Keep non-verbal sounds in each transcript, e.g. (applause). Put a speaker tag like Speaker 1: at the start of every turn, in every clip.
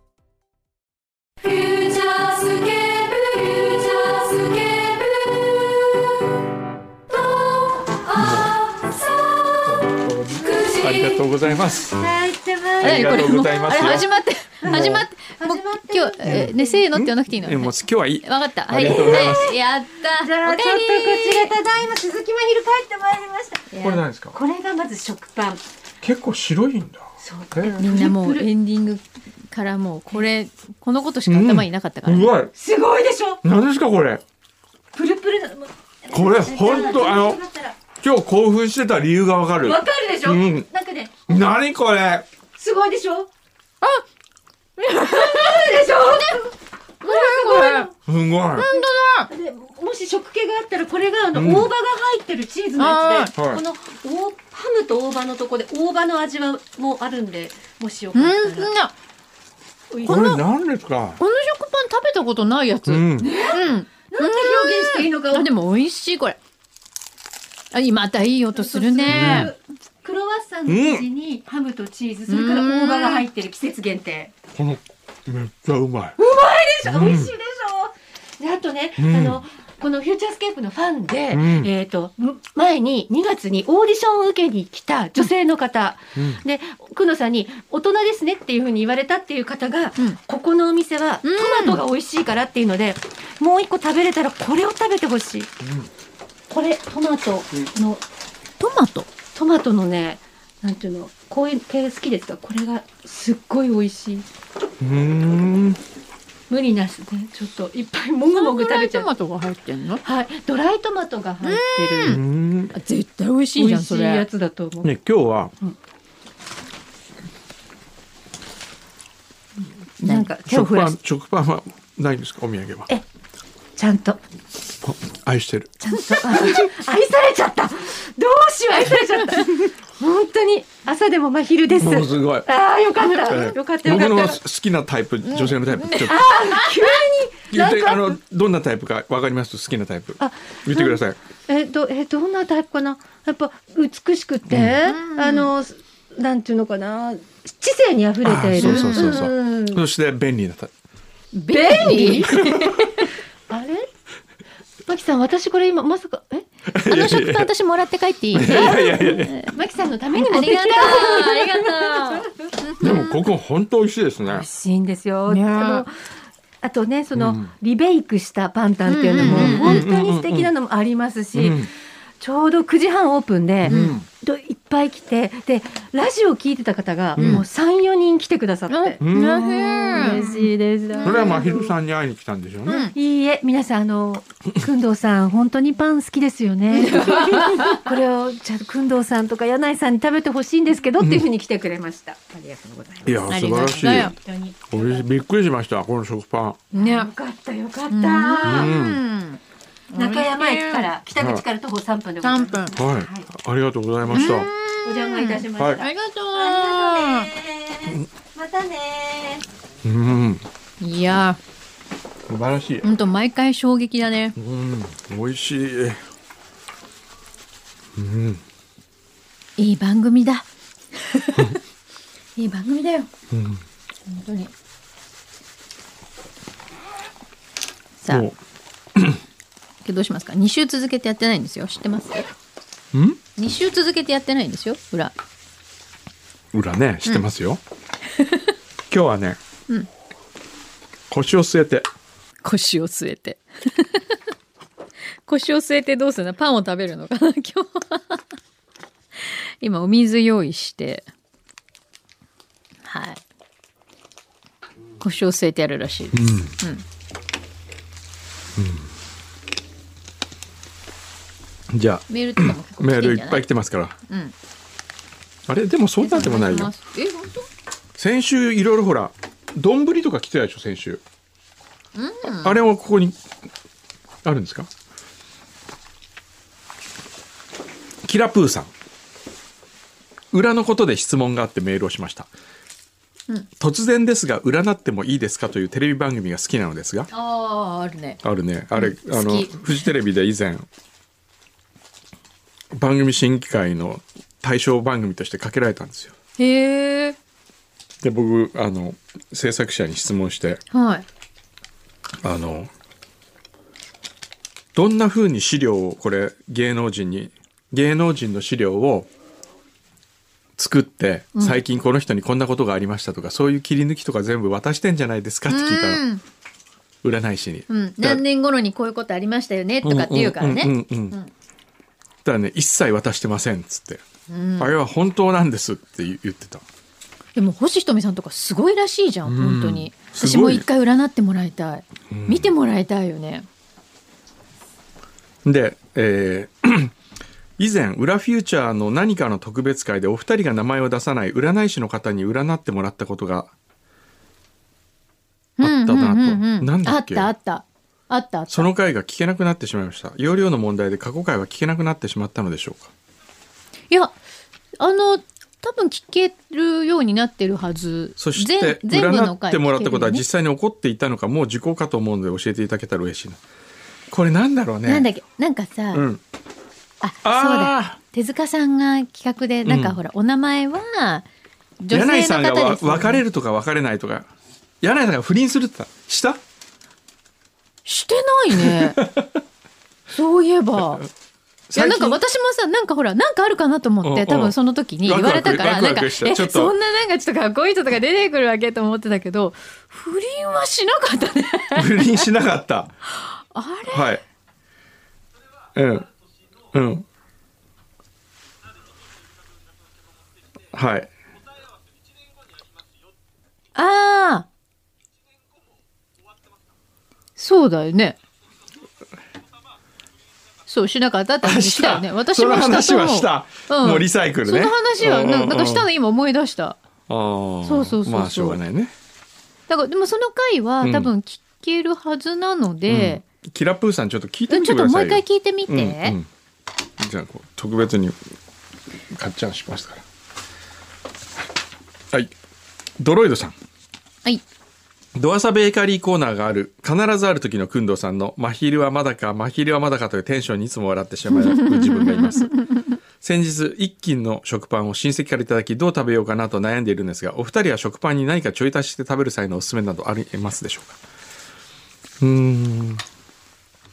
Speaker 1: 「フューチャースケープフューチャースケープ」「とあさ時
Speaker 2: ありがとうございます。ありがとうございま
Speaker 3: あ
Speaker 2: す
Speaker 3: れ
Speaker 2: よ。
Speaker 3: 始まって始まってもう今日えねせーのって言わなくていいの
Speaker 2: えもう今日はいい。
Speaker 3: わかった
Speaker 2: ありがとうございます
Speaker 3: はいやった
Speaker 4: じゃ
Speaker 3: お
Speaker 4: あ
Speaker 3: か
Speaker 4: ちょっとこ
Speaker 3: え
Speaker 4: ちらただいま鈴木まひる帰ってまいりました
Speaker 3: り
Speaker 2: これ何ですか。
Speaker 4: これがまず食パン
Speaker 2: 結構白いんだ。
Speaker 4: そう
Speaker 2: え
Speaker 3: みんなもうエンディングからもうこれこのことしか頭になかったから、
Speaker 2: うわい。
Speaker 4: すごいでしょ
Speaker 2: 何ですかこれ。
Speaker 4: プルプルなもう
Speaker 2: これ本当あの
Speaker 4: わか
Speaker 2: 今日興奮してた理由がわかる。
Speaker 4: るでしょ、
Speaker 2: うん
Speaker 4: なんかね
Speaker 2: 何これ。
Speaker 4: すごいでしょあすごいでしょ
Speaker 2: すごい。
Speaker 4: でもし食気があったらこれがあの、
Speaker 2: うん
Speaker 4: 大葉が入ってるチーズのやつで、
Speaker 2: はい
Speaker 4: このおハムと大葉のとこで大葉の味はもうあるんでもしよかったら
Speaker 3: うんな
Speaker 4: おいしい
Speaker 2: こ
Speaker 4: なんて
Speaker 2: れ何ですか。
Speaker 3: この食パン食べたことないやつ
Speaker 2: う
Speaker 3: うん、
Speaker 2: ん。
Speaker 4: 表現していいのか
Speaker 3: あでも美味しいこれあ今またいい音するね、
Speaker 4: クロワッサンの生地にハムとチーズ、それから大葉が入ってる季節限定。
Speaker 2: このめっちゃうまい。
Speaker 4: でしょ美味しいでしょであとね、
Speaker 2: うん
Speaker 4: あの、このフューチャースケープのファンで、
Speaker 2: うん
Speaker 4: えっ、と、前に2月にオーディションを受けに来た女性の方、
Speaker 2: うん
Speaker 4: で、久野さんに大人ですねっていうふうに言われたっていう方が、
Speaker 3: うん
Speaker 4: ここのお店はトマトが美味しいからっていうので、もう一個食べれたらこれを食べてほしい。これ、トマトの、
Speaker 3: トマト
Speaker 4: トマトのね、なんていうの、こういう系好きですかこれがすっごい美味しい。
Speaker 2: うん。
Speaker 4: 無理なしね。ちょっといっぱいもぐもぐ
Speaker 3: ド
Speaker 4: 食
Speaker 3: ラ
Speaker 4: べ
Speaker 3: イ
Speaker 4: ちゃ
Speaker 3: ト
Speaker 4: う。
Speaker 3: マトが入ってんの
Speaker 4: はい、ドライトマトが入って
Speaker 2: う
Speaker 4: る。
Speaker 2: ん。
Speaker 3: あ絶対美味し
Speaker 4: 美
Speaker 3: いじ
Speaker 4: 味
Speaker 3: ゃんそ
Speaker 4: しいや
Speaker 3: れ
Speaker 4: つだと思う。
Speaker 2: ね今日は
Speaker 4: なんか手
Speaker 2: 食
Speaker 4: を振
Speaker 2: パ
Speaker 4: らし
Speaker 2: ン
Speaker 4: て、
Speaker 2: 食パンはないんですかお土産は。
Speaker 4: ちゃんと、
Speaker 2: 愛してる。
Speaker 4: ちゃんと。あ愛されちゃった。どうしよう、愛されちゃった。本当に、朝でも真昼です。
Speaker 2: もうすごい。
Speaker 4: ああ、よかった。
Speaker 2: ええ
Speaker 4: よかった、よ
Speaker 2: 僕
Speaker 4: か
Speaker 2: の
Speaker 4: っ
Speaker 2: 好
Speaker 4: た。
Speaker 2: きなタイプ女性のタイプちょっと
Speaker 4: 急に、
Speaker 2: 言
Speaker 4: な
Speaker 2: っ
Speaker 4: ん
Speaker 2: て
Speaker 4: か
Speaker 2: あのどんなタイプかわかります好きなタイプ
Speaker 4: あ
Speaker 2: 言ってください
Speaker 4: えっと、えどんなタイプかなやっぱ美しくて、あのなんていうのかな知性にあふれている
Speaker 2: あそうそうそうそうんそして便利なタイ
Speaker 3: 便利
Speaker 4: (laughs) あれマキさん私これ今まさかえ
Speaker 3: あの食パン私もらって帰 (laughs) っていいあり
Speaker 2: プいやいやいやいや
Speaker 4: マキさんのために持ってきた
Speaker 3: ありがとう
Speaker 2: でもここ本当美味しいですね
Speaker 4: 美味しいんですよ、
Speaker 3: ねえ
Speaker 4: あのあとねその、
Speaker 2: うん
Speaker 4: リベイクしたパンタンっていうのも、
Speaker 3: うんうんうん
Speaker 2: うん
Speaker 4: 本当に素敵なのもありますし、
Speaker 2: うん
Speaker 4: ちょうど9時半オープンで、
Speaker 2: うん
Speaker 4: といっぱい来てでラジオ聞いてた方が、
Speaker 2: うん
Speaker 4: もう34人来てくださって、
Speaker 2: うん
Speaker 4: 嬉しいです。
Speaker 2: それはまひるさんに会いに来たんでしょうね
Speaker 4: いいえ、皆さん、あの、くんどうさん、本当にパン好きですよ
Speaker 3: (laughs)
Speaker 4: ね。これを、じゃあ、くんどうさんとか、柳井さんに食べてほしいんですけど、っていうふうに来てくれました。ありがとうございます。
Speaker 2: いや素晴らしい
Speaker 3: ありが
Speaker 4: 本当に。
Speaker 2: 美味しいびっくりしましたこの食パ
Speaker 3: ね
Speaker 4: よかった、よかった。
Speaker 2: ンう
Speaker 3: うんん
Speaker 4: 中山駅から、北口から徒歩3分でござい
Speaker 3: 三
Speaker 4: ます。
Speaker 3: 分
Speaker 2: はいありがとうございました
Speaker 4: お邪魔いたしました。
Speaker 2: はい
Speaker 3: ありがとう
Speaker 4: ありがとうねまたね
Speaker 2: うん
Speaker 3: いや
Speaker 2: 素晴らしい
Speaker 3: ーほんと毎回衝撃だね
Speaker 2: うん美味しい
Speaker 3: いい番組だいい番組だよ
Speaker 2: うん
Speaker 3: 本当にさあ
Speaker 2: も
Speaker 3: 今日どうしますか二週続けてやってないんですよ知ってます
Speaker 2: うん
Speaker 3: 二週続けてやってないんですよ裏
Speaker 2: 裏ね知ってま
Speaker 3: (laughs)
Speaker 2: すよ今日はね
Speaker 3: うん
Speaker 2: 腰を据えて
Speaker 3: 腰を据えて腰を据えてどうするのパンを食べるのかな今 (laughs) 日は今お水用意してはい腰を据えてやるらしいです、
Speaker 2: じゃあ
Speaker 3: メールとかも結構
Speaker 2: メー
Speaker 3: 来て
Speaker 2: ル
Speaker 3: ん
Speaker 2: い
Speaker 3: じゃ
Speaker 2: っ
Speaker 3: な
Speaker 2: ぱ
Speaker 3: い
Speaker 2: い来てますから
Speaker 3: うん
Speaker 2: あれでもそんなでもない
Speaker 3: え
Speaker 2: よ
Speaker 3: 本当
Speaker 2: 先週いろいろほら丼とか来てたでしょ先週、あれはここにあるんですかキラプーさん裏のことで質問があってメールをしました、突然ですが占ってもいいですかというテレビ番組が好きなのですが
Speaker 3: あああるね
Speaker 2: あるねあれ、あの
Speaker 3: 好き
Speaker 2: フジテレビで以前番組審議会の対象番組としてかけられたんですよ
Speaker 3: へえ
Speaker 2: で僕あの制作者に質問して
Speaker 3: はい
Speaker 2: あのどんな風に資料をこれ芸能人に芸能人の資料を作って、最近この人にこんなことがありましたとかそういう切り抜きとか全部渡してんじゃないですかって聞いたら占い師に。
Speaker 3: うん、うん、
Speaker 2: だ
Speaker 3: 何年頃にこういうことありましたよねとかって言うからね、
Speaker 2: うんうんうんうんただね一切渡してませんっつって、あれは本当なんですって言ってた
Speaker 3: でも星ひとみさんとかすごいらしいじゃん、本当に
Speaker 2: すごい
Speaker 3: 私も一回占ってもらいたい、見てもらいたいよね
Speaker 2: で、えー (clears throat) 以前「裏フューチャー」の何かの特別会でお二人が名前を出さない占い師の方に占ってもらったことがあったなと、
Speaker 3: うんうんうん
Speaker 2: なんだっけ
Speaker 3: あったあったあったあった
Speaker 2: その回が聞けなくなってしまいました容量の問題で過去回は聞けなくなってしまったのでしょうか
Speaker 3: いやあの多分聞けるようになってるはず
Speaker 2: そして
Speaker 3: 全全部
Speaker 2: 占
Speaker 3: の
Speaker 2: っ
Speaker 3: 回
Speaker 2: てもらったこと
Speaker 3: 聞けるよ
Speaker 2: は
Speaker 3: ね
Speaker 2: 実際に起こっていたのかもう時効かと思うので教えていただけたら嬉しいなこれなんだろうね
Speaker 3: なんだっけなんかさ、
Speaker 2: うん
Speaker 3: あそうだ
Speaker 2: あ
Speaker 3: 手塚さんが企画でなんかほら、お名前は
Speaker 2: ー
Speaker 3: 女性の方で
Speaker 2: 柳井
Speaker 3: すよ
Speaker 2: さん
Speaker 3: ね、
Speaker 2: がわ別れるとか別れないとか柳井さんが不倫するって言ったした
Speaker 3: してない
Speaker 2: (laughs)
Speaker 3: ねそういえばいや
Speaker 2: 最
Speaker 3: なん
Speaker 2: 近
Speaker 3: か私もさなんかほらなんかあるかなと思っ
Speaker 2: うんうん
Speaker 3: て多分その時に言われたから
Speaker 2: ワク
Speaker 3: な
Speaker 2: ワ
Speaker 3: んか
Speaker 2: クワクワク
Speaker 3: え
Speaker 2: したちょっと
Speaker 3: そんななんかちょっとかっこいい人とか出てくるわけと思ってたけど不倫はしなかった
Speaker 2: (laughs)
Speaker 3: ね
Speaker 2: 不倫しなかった。
Speaker 3: あれ
Speaker 2: はい。うん。うん。はい。
Speaker 3: ああそうだよねそうしなかったって話したよね私もしたと
Speaker 2: その話
Speaker 3: 思う
Speaker 2: はした。
Speaker 3: うん
Speaker 2: もうリサイクルね。
Speaker 3: その話はななんかした
Speaker 2: あ
Speaker 3: の今思い出した
Speaker 2: あー。
Speaker 3: そうそうそうそう
Speaker 2: まあしょうがないね。
Speaker 3: だからでもその回は
Speaker 2: うん
Speaker 3: 多分聞けるはずなので、
Speaker 2: キラプーさんちょっと聞いて
Speaker 3: うん
Speaker 2: み
Speaker 3: ち
Speaker 2: て
Speaker 3: ょっ
Speaker 2: く
Speaker 3: と
Speaker 2: だ
Speaker 3: も
Speaker 2: さ
Speaker 3: う一
Speaker 2: いよ。
Speaker 3: 回聞いてみて、
Speaker 2: うんうんじゃあこう特別にかっちゃんしますから。はい。ドロイドさん。
Speaker 3: はい
Speaker 2: ドアサベーカリーコーナーがある、必ずある時の工藤さんの、真昼はまだか、真昼はまだかというテンションにいつも笑ってしまう自分がい (laughs) ます。先日、一斤の食パンを親戚からいただき、どう食べようかなと悩んでいるんですが、お二人は食パンに何かちょい足しして食べる際のおすすめなどありますでしょうかうーん。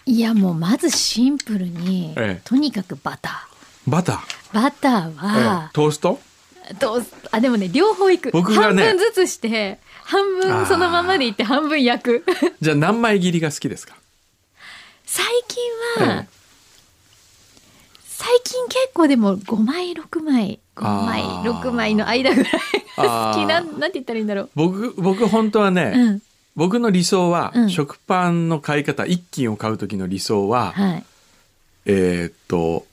Speaker 3: いやもうまずシンプルに、
Speaker 2: ええ
Speaker 3: とにかくバタ
Speaker 2: バター。
Speaker 3: ーバター
Speaker 2: ええ
Speaker 3: は、
Speaker 2: トースト
Speaker 3: どうあでもね両方いく、
Speaker 2: 僕が
Speaker 3: 半
Speaker 2: ね
Speaker 3: 分ずつして半
Speaker 2: あー
Speaker 3: 分そのままでいって半分焼く (laughs)
Speaker 2: じゃあ何枚切りが好きですか
Speaker 3: 最近は、
Speaker 2: ええ
Speaker 3: 最近結構でも5枚6枚5枚
Speaker 2: あー
Speaker 3: 6枚の間ぐらいが好きな
Speaker 2: あ
Speaker 3: んなんて言ったらいいんだろう
Speaker 2: 僕、僕本当はね、
Speaker 3: うん
Speaker 2: 僕の理想は、
Speaker 3: うん
Speaker 2: 食パンの買い方、一斤を買う時の理想は、
Speaker 3: はい
Speaker 2: えーっと、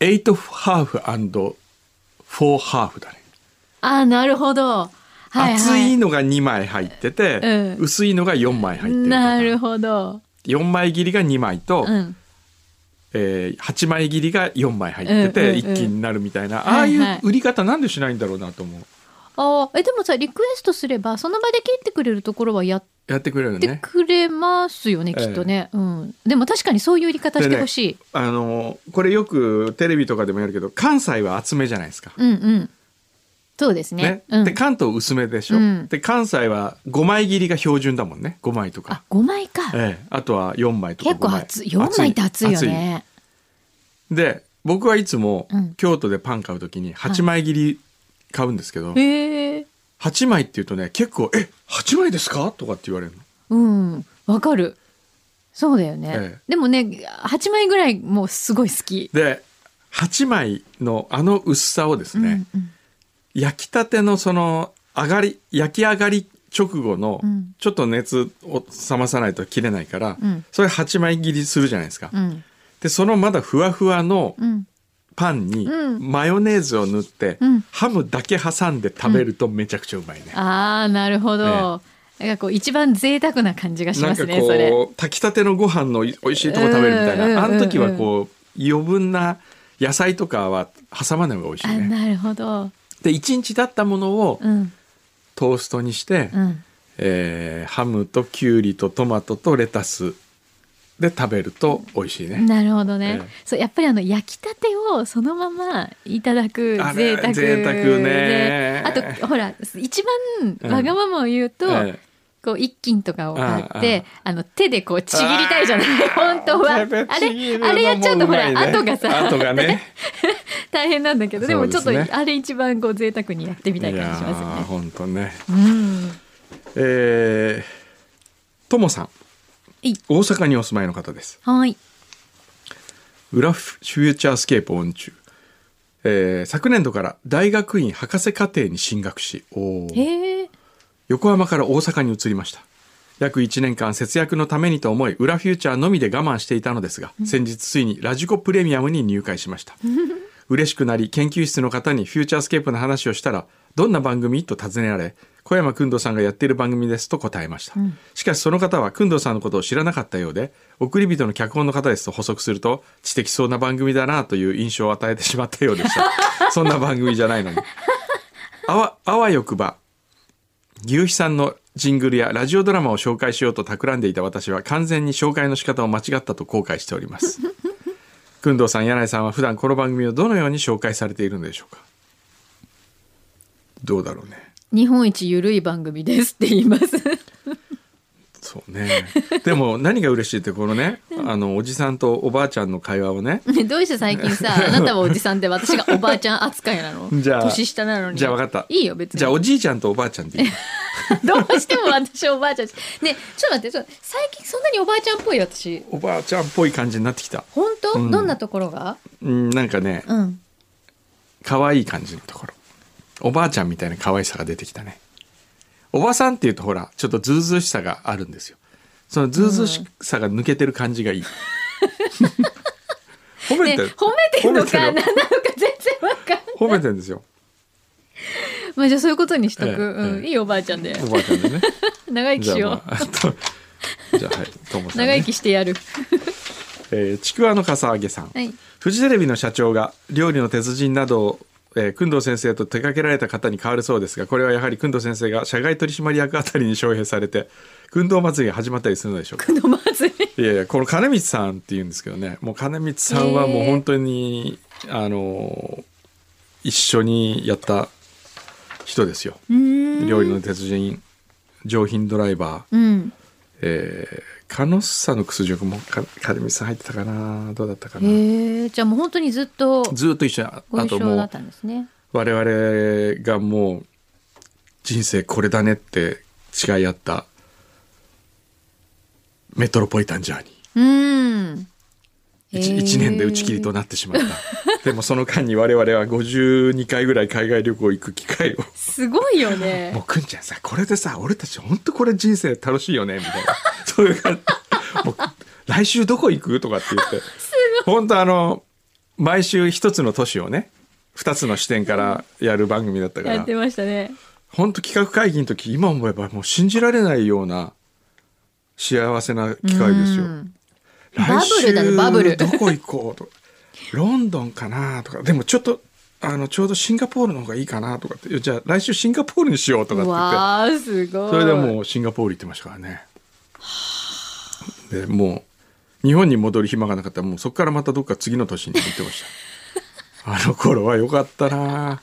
Speaker 2: 8ハーフ &4 ハーフだね。
Speaker 3: ああなるほど。はいはい、
Speaker 2: 厚いのが2枚入ってて、
Speaker 3: うん
Speaker 2: 薄いのが4枚入ってる。
Speaker 3: なるほど。
Speaker 2: 4枚切りが2枚と、
Speaker 3: うん。
Speaker 2: え8枚切りが4枚入ってて、
Speaker 3: うんうんうん
Speaker 2: 一気になるみたいな、ああい
Speaker 3: はいは
Speaker 2: う
Speaker 3: い
Speaker 2: 売り方なんでしないんだろうなと思う。
Speaker 3: ああえでもさリクエストすればその場で切ってくれるところはやっ
Speaker 2: やってくれるよ
Speaker 3: て
Speaker 2: ね。
Speaker 3: くれますよね
Speaker 2: ええ
Speaker 3: きっとね、うん。でも確かにそういう売り方してほしい。
Speaker 2: あのーこれよくテレビとかでもやるけど、関西は厚めじゃないですか。
Speaker 3: うんうん。そうですね
Speaker 2: ね。
Speaker 3: うん
Speaker 2: で、関東薄めでしょ、
Speaker 3: うん
Speaker 2: で、関西は5枚切りが標準だもんね。5枚とか
Speaker 3: あ。五枚か。
Speaker 2: ええ、あとは4枚とか
Speaker 3: 結構
Speaker 2: 5枚
Speaker 3: 厚い四枚って厚いよね。
Speaker 2: 厚いで僕はいつも
Speaker 3: うん
Speaker 2: 京都でパン買うときに8枚切り買うんですけど、
Speaker 3: へえ。
Speaker 2: 8枚っていうとね結構「え8枚ですか?」とかって言われるの
Speaker 3: うんわかる。そうだよね。
Speaker 2: ええ
Speaker 3: でもね八枚ぐらいもうすごい好き。
Speaker 2: で8枚のあの薄さをですね、
Speaker 3: うん
Speaker 2: 焼きたてのその上がり焼き上がり直後の
Speaker 3: うん
Speaker 2: ちょっと熱を冷まさないと切れないから、
Speaker 3: うん
Speaker 2: それ8枚切りするじゃないですか、
Speaker 3: うん
Speaker 2: でそのまだふわふわの
Speaker 3: うんうん
Speaker 2: パンに
Speaker 3: うん
Speaker 2: マヨネーズを塗って、
Speaker 3: うん
Speaker 2: ハムだけ挟んで食べるとめちゃくちゃうまいね、
Speaker 3: ああなるほど、なんかこう一番贅沢な感じがしますねそれ
Speaker 2: う炊きたてのご飯の美味しいとこ食べるみたい
Speaker 3: うんうんうんうん
Speaker 2: なあの時はこう余分な野菜とかは挟まない方が美味しい
Speaker 3: あ
Speaker 2: ね
Speaker 3: なるほど
Speaker 2: で1日経ったものを
Speaker 3: うん
Speaker 2: トーストにして、
Speaker 3: うん
Speaker 2: えーハムとキュウリとトマトとレタスで食べると美味しいね、
Speaker 3: なるほどね、
Speaker 2: ええ
Speaker 3: そうやっぱりあの焼きたてをそのままいただく
Speaker 2: あ
Speaker 3: 贅
Speaker 2: れ
Speaker 3: 沢
Speaker 2: 贅沢ね
Speaker 3: であとほら一番わがままを言うと、
Speaker 2: え
Speaker 3: こう一斤とかを買っ
Speaker 2: うんう
Speaker 3: て
Speaker 2: ん
Speaker 3: あの手でこうちぎりたいじゃない本当はあれ
Speaker 2: 手でちぎるのも
Speaker 3: あれやっちゃうとほら
Speaker 2: まいね
Speaker 3: 後がさ
Speaker 2: 後がね
Speaker 3: 大変なんだけどでもちょっと
Speaker 2: そうですね
Speaker 3: あれ一番こう贅沢にやってみたい感じしますよ
Speaker 2: いやー
Speaker 3: ね。
Speaker 2: ほんとね
Speaker 3: うん
Speaker 2: えーともさん
Speaker 3: い
Speaker 2: 大阪にお住まいの方です
Speaker 3: はい。
Speaker 2: 裏フューチャースケープオン中、えー昨年度から大学院博士課程に進学しおー
Speaker 3: へえ。
Speaker 2: 横浜から大阪に移りました約1年間節約のためにと思い裏フューチャーのみで我慢していたのですが、先日ついにラジコプレミアムに入会しました嬉しくなり研究室の方にフューチャースケープの話をしたらどんな番組と尋ねられ小山君堂さんがやっている番組ですと答えました、しかしその方は君堂さんのことを知らなかったようで送り人の脚本の方ですと補足すると知的そうな番組だなという印象を与えてしまったようでしたそんな番組じゃないのにあわあわよくば牛肥さんのジングルやラジオドラマを紹介しようと企んでいた私は完全に紹介の仕方を間違ったと後悔しております
Speaker 3: (laughs)
Speaker 2: 工藤さん柳井さんは普段この番組をどのように紹介されているのでしょうかどうだろうね
Speaker 3: 日本一ゆるい番組ですって言います。
Speaker 2: そ
Speaker 3: (laughs)
Speaker 2: うねでも何が嬉しいってこのねあのおじさんとおばあちゃんの会話をね
Speaker 3: ねどうして最近
Speaker 2: (laughs)
Speaker 3: さ、あなたはおじさんで私がおばあちゃん扱いなの
Speaker 2: じゃあ
Speaker 3: 年下なのに。
Speaker 2: じゃあ分かった
Speaker 3: いいよ、別に。
Speaker 2: じゃあおじいちゃんとおばあちゃんでいい
Speaker 3: どうしても私おばあちゃんしね、ちょっと待って、ちょっと最近そんなにおばあちゃんっぽい私。
Speaker 2: おばあちゃんっぽい感じになってきた
Speaker 3: 本当、
Speaker 2: うん
Speaker 3: どんなところが
Speaker 2: うんなんかね
Speaker 3: うん。
Speaker 2: 可愛い感じのところおばあちゃんみたいな可愛さが出てきたねおばさんっていうとほらちょっとズうずうしさがあるんですよそのズうずうしさが抜けてる感じがいい、褒め
Speaker 3: ね、
Speaker 2: てる
Speaker 3: 褒めてんのか
Speaker 2: 褒
Speaker 3: 何
Speaker 2: め
Speaker 3: なの
Speaker 2: てる
Speaker 3: か全然わかんない。
Speaker 2: 褒めてるんですよ
Speaker 3: まあじゃあそういうことにしとく。
Speaker 2: ええ
Speaker 3: うん、
Speaker 2: ええ
Speaker 3: いいおばあちゃんで。
Speaker 2: おばあちゃ
Speaker 3: (laughs)
Speaker 2: んでね
Speaker 3: 長生き
Speaker 2: じゃ
Speaker 3: し
Speaker 2: あ,、
Speaker 3: よう。
Speaker 2: まあ、あとじゃあはいともさん、
Speaker 3: 長
Speaker 2: ね
Speaker 3: 生きしてやる。
Speaker 2: えーちくわのかさあげさん、
Speaker 3: はい
Speaker 2: フジテレビの社長が料理の鉄人などをえー、工藤先生と手掛けられた方に変わるそうですがこれはやはり工藤先生が社外取締役あたりに招聘されて工藤祭りが始まったりするのでしょうか
Speaker 3: のまずい。
Speaker 2: いやいやこの金光さんって言うんですけどねもう金光さんはもう本当に、あの一緒にやった人ですよ料理の鉄人上品ドライバー、
Speaker 3: うん。
Speaker 2: えー、カノッサの屈辱もか金光さん入ってたかなどうだったかな
Speaker 3: へえ、じゃあもう本当にずっと
Speaker 2: ずっと一緒にあ
Speaker 3: (laughs) ご
Speaker 2: あ
Speaker 3: 一
Speaker 2: と
Speaker 3: 緒だ
Speaker 2: もう
Speaker 3: ったんですね。
Speaker 2: 我々がもう人生これだねって違い合ったメトロポリタンジャーニー
Speaker 3: うん。
Speaker 2: 一
Speaker 3: へー
Speaker 2: 一年で打ち切りとなってしまったでもその間に我々は52回ぐらい海外旅行行く機会を
Speaker 3: すごいよ
Speaker 2: もう (laughs)
Speaker 3: ね。
Speaker 2: くんちゃんさこれでさ俺たち本当これ人生楽しいよねみた
Speaker 3: (laughs)
Speaker 2: いなそういう感じもう来週どこ行くとかって言って本当あの毎週一つの都市をね二つの視点からやる番組だったか
Speaker 3: やっ
Speaker 2: ら
Speaker 3: てましたね。
Speaker 2: 本当企画会議の時今思えばもう信じられないような幸せな機会ですよ。
Speaker 3: うん
Speaker 2: 来
Speaker 3: バブ
Speaker 2: 週
Speaker 3: ルだねバブル
Speaker 2: どこ行こうとかロンドンかなとかでもちょっとあのちょうどシンガポールの方がいいかなとかっていやじゃあ来週シンガポールにしようとかって言って
Speaker 3: わあ、すごい。
Speaker 2: それでもうシンガポール行ってましたからねでもう日本に戻る暇がなかったらもうそこからまたどっか次の年に行ってまし
Speaker 3: (laughs)
Speaker 2: たあの頃は良かったな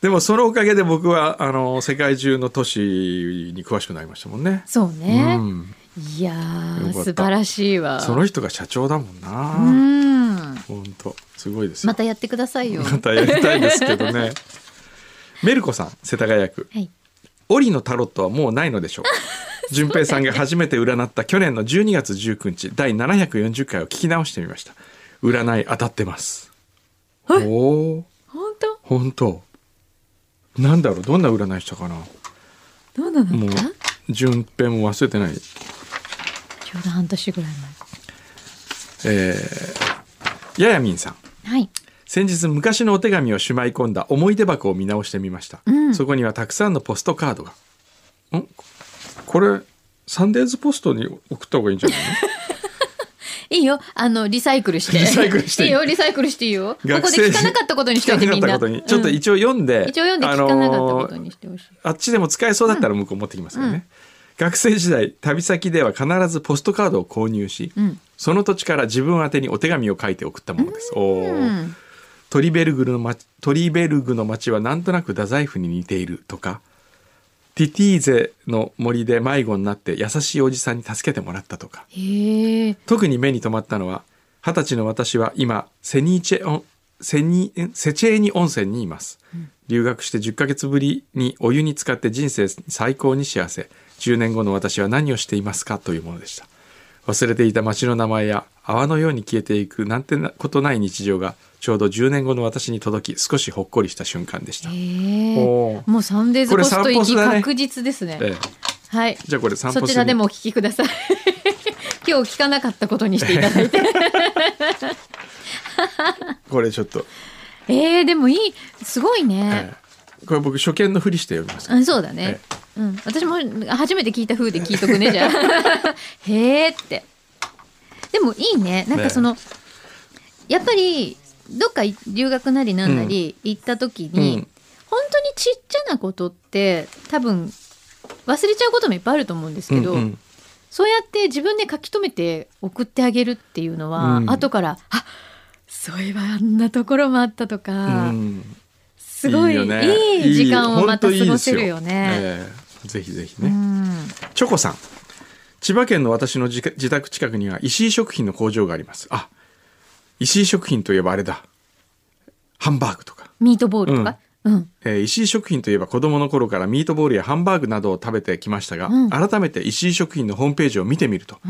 Speaker 2: でもそのおかげで僕はあの世界中の都市に詳しくなりましたもんね
Speaker 3: そうね
Speaker 2: う。ん、
Speaker 3: いやー
Speaker 2: よかっ
Speaker 3: 素
Speaker 2: た
Speaker 3: 晴らしいわ。
Speaker 2: その人が社長だもんな、
Speaker 3: うん。
Speaker 2: 本当すごいですよ
Speaker 3: またやってくださいよ。
Speaker 2: またやりたいですけ
Speaker 3: (laughs)
Speaker 2: どねメルコさん世田谷区
Speaker 3: はい。
Speaker 2: 折のタロットはもうないので
Speaker 3: (laughs)
Speaker 2: しょうか順平さんが初めて占った去年の12月19日第740回を聞き直してみました占い当たってますおおー
Speaker 3: 本当
Speaker 2: 本当なんだろうどんな占いしたかな
Speaker 3: どうなの
Speaker 2: もう順平も忘れてない
Speaker 3: ちょうど半年ぐらい
Speaker 2: えー、ややみんさん
Speaker 3: 前。はい。
Speaker 2: 先日昔のお手紙をしまい込んだ思い出箱を見直してみました、
Speaker 3: ん
Speaker 2: そこにはたくさんのポストカードがんこれサンデーズポストに送った方がいいんじゃないの
Speaker 3: いいよ。あの、リサイクルして。
Speaker 2: リサイクルしていい
Speaker 3: いいよ、リサイクルしていいよ。ここで聞かなかったことにしといてみん
Speaker 2: 聞か
Speaker 3: な。
Speaker 2: なかったことにちょっと
Speaker 3: うん
Speaker 2: 一応読んで、
Speaker 3: 一応読んで聞かなかったことにしてほしい。
Speaker 2: あっちでも使えそうだったら向こう持ってきますよね、学生時代旅先では必ずポストカードを購入し、
Speaker 3: ん
Speaker 2: その土地から自分宛てにお手紙を書いて送ったものです、おー
Speaker 3: うん
Speaker 2: トリベルグの街トリベルグの街はなんとなく太宰府に似ているとかティティーゼの森で迷子になって優しいおじさんに助けてもらったとか
Speaker 3: へえ。
Speaker 2: 特に目に留まったのは二十歳の私は今セニーチェオンセニんセチェーニ温泉にいます、留学して10ヶ月ぶりにお湯に浸かって人生最高に幸せ10年後の私は何をしていますかというものでした忘れていた町の名前や泡のように消えていくなんてなことない日常がちょうど10年後の私に届き少しほっこりした瞬間でした、
Speaker 3: へえ。
Speaker 2: おー
Speaker 3: もうサンデーズポスト行き
Speaker 2: これ散歩だね
Speaker 3: 確実ですね。
Speaker 2: ええ
Speaker 3: はい。
Speaker 2: じゃあこれ散歩
Speaker 3: そちらでもお聞きくだ
Speaker 2: (laughs)
Speaker 3: さい。今日聞かなかったことにしていただいて。
Speaker 2: これちょっと、
Speaker 3: えー、でもいい。すごい
Speaker 2: え
Speaker 3: ね。
Speaker 2: えこれ僕初見のふりして読みます
Speaker 3: うん、そうだね。うん、私も初めて聞いた風で聞いとくねじゃあ
Speaker 2: (laughs)
Speaker 3: へえってでもいいねなんかその、やっぱりどっか留学なりなんなり行った時に、
Speaker 2: うん
Speaker 3: 本当にちっちゃなことって多分忘れちゃうこともいっぱいあると思うんですけど、
Speaker 2: うんうん
Speaker 3: そうやって自分で書き留めて送ってあげるっていうのは、
Speaker 2: うん
Speaker 3: 後からあそういえばあんなところもあったとか、
Speaker 2: うん
Speaker 3: すごいいい,、時間をまた過ごせるよね。
Speaker 2: いいですよええぜひぜひ
Speaker 3: う
Speaker 2: ね。
Speaker 3: ん
Speaker 2: チョコさん。千葉県の私の自家自宅近くには石井食品の工場があります。あ、石井食品といえばあれだ。ハンバーグとか。
Speaker 3: ミートボールとか。うん。
Speaker 2: えー石井食品といえば子供の頃からミートボールやハンバーグなどを食べてきましたが、
Speaker 3: うん
Speaker 2: 改めて石井食品のホームページを見てみると、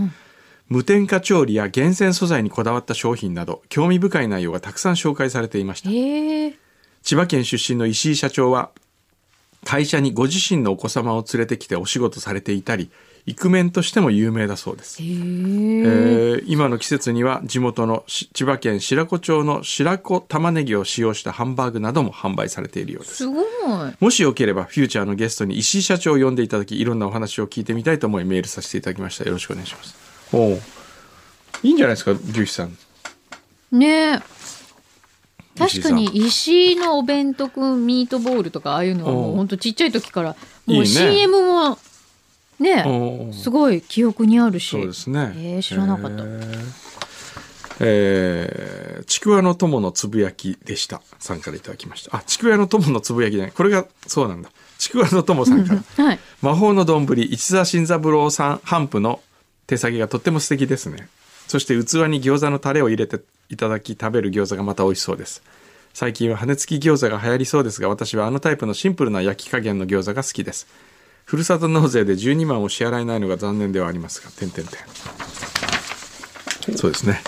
Speaker 2: 無添加調理や厳選素材にこだわった商品など興味深い内容がたくさん紹介されていました。
Speaker 3: へえ。
Speaker 2: 千葉県出身の石井社長は会社にご自身のお子様を連れてきてお仕事されていたりイクメンとしても有名だそうです、え
Speaker 3: へえ。
Speaker 2: ー今の季節には地元のし千葉県白子町の白子玉ねぎを使用したハンバーグなども販売されているようです
Speaker 3: すごい。
Speaker 2: もしよければフューチャーのゲストに石井社長を呼んでいただきいろんなお話を聞いてみたいと思いメールさせていただきましたよろしくお願いしますおういいんじゃないですか牛肥さん
Speaker 3: ねえ。
Speaker 2: 石井
Speaker 3: 確か
Speaker 2: さん
Speaker 3: に石井のお弁当くんミートボールとかああいうのはも
Speaker 2: う
Speaker 3: うんほんとちっちゃい時から
Speaker 2: いい
Speaker 3: も
Speaker 2: ね
Speaker 3: う CM もね
Speaker 2: うん
Speaker 3: すごい記憶にあるし
Speaker 2: そうですね。
Speaker 3: えー知らなかった
Speaker 2: えーえーちくわの友のつぶやきでした。さんからいただきました。あ、ちくわの友のつぶやきじゃない。これが、そうなんだ。ちくわの友さんから。
Speaker 3: (laughs) はい
Speaker 2: 魔法の丼、一座新三郎さん、ハンプの手先がとっても素敵ですね。そして器に餃子のタレを入れていただき食べる餃子がまた美味しそうです。最近は羽根付き餃子が流行りそうですが、私はあのタイプのシンプルな焼き加減の餃子が好きです。ふるさと納税で12万を支払えないのが残念ではありますが、点々点。そうですね。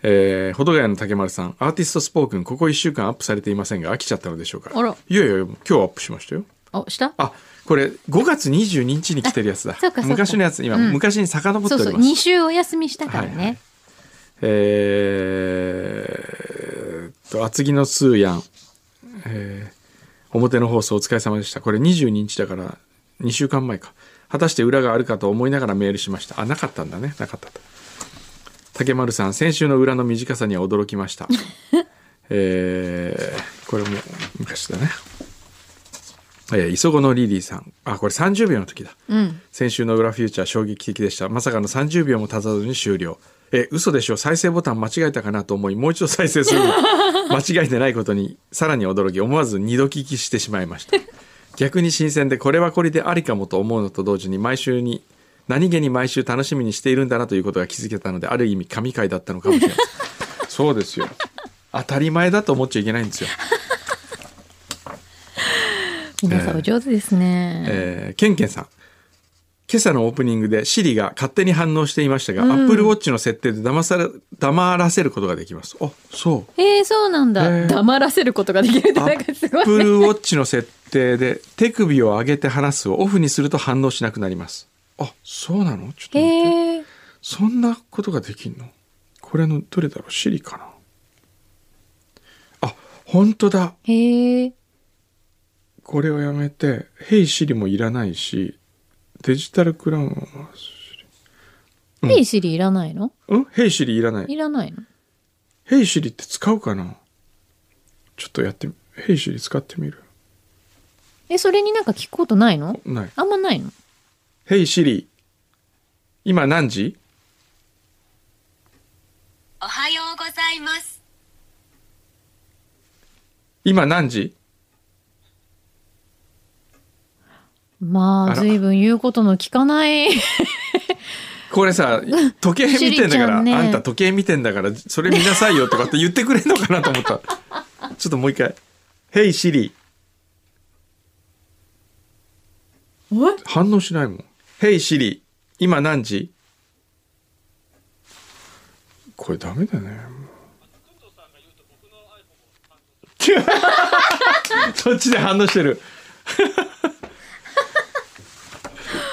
Speaker 2: えー、ほどがやの竹丸さん、アーティストスポークン、ここ1週間アップされていませんが、飽きちゃったのでしょうか。
Speaker 3: あら
Speaker 2: いやいや、今日アップしましたよ。
Speaker 3: あした
Speaker 2: あこれ5月22日に来てるやつだ
Speaker 3: あそうかそうか
Speaker 2: 昔のやつ今、
Speaker 3: うん
Speaker 2: 昔に遡って
Speaker 3: そ
Speaker 2: お
Speaker 3: う
Speaker 2: ります
Speaker 3: そう2週お休みしたから
Speaker 2: はいはい
Speaker 3: ね
Speaker 2: えーっと厚木のスーヤン、えー表の放送お疲れ様でしたこれ22日だから2週間前か果たして裏があるかと思いながらメールしましたあなかったんだねなかったと竹丸さん先週の裏の短さには驚きました
Speaker 3: (laughs)
Speaker 2: えーこれも昔だねえー磯子のリリーさんあこれ30秒の時だ
Speaker 3: うん
Speaker 2: 先週の裏フューチャー衝撃的でしたまさかの30秒も経たずに終了え嘘でしょ再生ボタン間違えたかなと思いもう一度再生す
Speaker 3: (laughs)
Speaker 2: る間違えてないことにさらに驚き思わず二度聞きしてしまいました逆に新鮮でこれはこれでありかもと思うのと同時に毎週に何気に毎週楽しみにしているんだなということが気づけたのである意味神回だったのかもしれま
Speaker 3: (laughs)
Speaker 2: せんそうですよ当たり前だと思っちゃいけないんですよ
Speaker 3: 皆さんお上手ですね、
Speaker 2: えーケンケンさん今朝のオープニングで Siri が勝手に反応していましたが、Apple Watch の設定で騙され黙らせることができますあそう
Speaker 3: えー、そうなんだ、
Speaker 2: えー
Speaker 3: 黙らせることができるってなんかすごい、ね、
Speaker 2: Apple Watch の設定で手首を上げて話すをオフにすると反応しなくなりますあそうなのちょっと待って
Speaker 3: へえ
Speaker 2: そんなことができんのこれのどれだろう Siri かな本当だ
Speaker 3: へえ。
Speaker 2: これをやめて「ヘイシリ」もいらないしデジタルクラウンはうん
Speaker 3: ヘイシリいらないの
Speaker 2: うんヘイシリいらない
Speaker 3: いらないの
Speaker 2: ヘイシリって使うかなちょっとやってみ、ヘイシリ使ってみる
Speaker 3: え、それになんか聞くことないの
Speaker 2: ない。
Speaker 3: あんまないの
Speaker 2: ヘイシリ、今何時
Speaker 5: おはようございます。
Speaker 2: 今何時
Speaker 3: ま
Speaker 2: あ
Speaker 3: あ、
Speaker 2: ら
Speaker 3: 随分言うことの聞かない。
Speaker 2: これさ、時計見て
Speaker 3: シリ
Speaker 2: んだか
Speaker 3: ちゃ
Speaker 2: ら、
Speaker 3: んね
Speaker 2: あんた時計見てんだから、それ見なさいよとかって言ってくれんのかなと思
Speaker 3: (laughs)
Speaker 2: った。ちょっともう一回。ヘイシリ。反応しないもん。ヘイシリ、今何時これダメだね。
Speaker 3: (laughs)
Speaker 2: もうそっちで反応し
Speaker 3: (laughs)
Speaker 2: てる。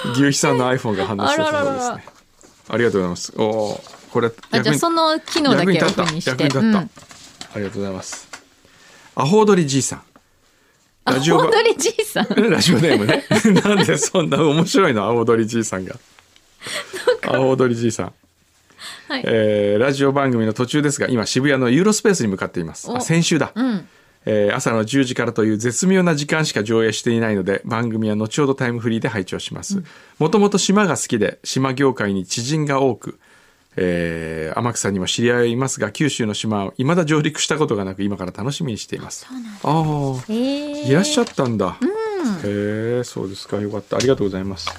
Speaker 2: 牛肥さんの iPhone が反応してるところです
Speaker 3: あららら
Speaker 2: ね。ありがとうございます。おお、これ
Speaker 3: あじゃあ、その機能だ
Speaker 2: 役に
Speaker 3: けオ
Speaker 2: 立った
Speaker 3: フにして。
Speaker 2: 役に立った、
Speaker 3: うん
Speaker 2: ありがとうございます。アホ踊りじいさん。ラ
Speaker 3: あ、
Speaker 2: ジオ
Speaker 3: 本
Speaker 2: ば
Speaker 3: 当にじいさん。
Speaker 2: (laughs) ラジオネームね。なんでそんな面白いの青鳥じいさんが。青鳥じいさん。
Speaker 3: はい
Speaker 2: えーラジオ番組の途中ですが今渋谷のユーロスペースに向かっていますあ
Speaker 3: お
Speaker 2: 先週だ、
Speaker 3: うん。
Speaker 2: えー朝の10時からという絶妙な時間しか上映していないので番組は後ほどタイムフリーで拝聴しますもともと島が好きで島業界に知人が多く、えー天草にも知り合いいますが九州の島を未だ上陸したことがなく今から楽しみにしていますああ
Speaker 3: えー
Speaker 2: いらっしゃったんだ。へえ、そうですか。よかった。ありがとうございます。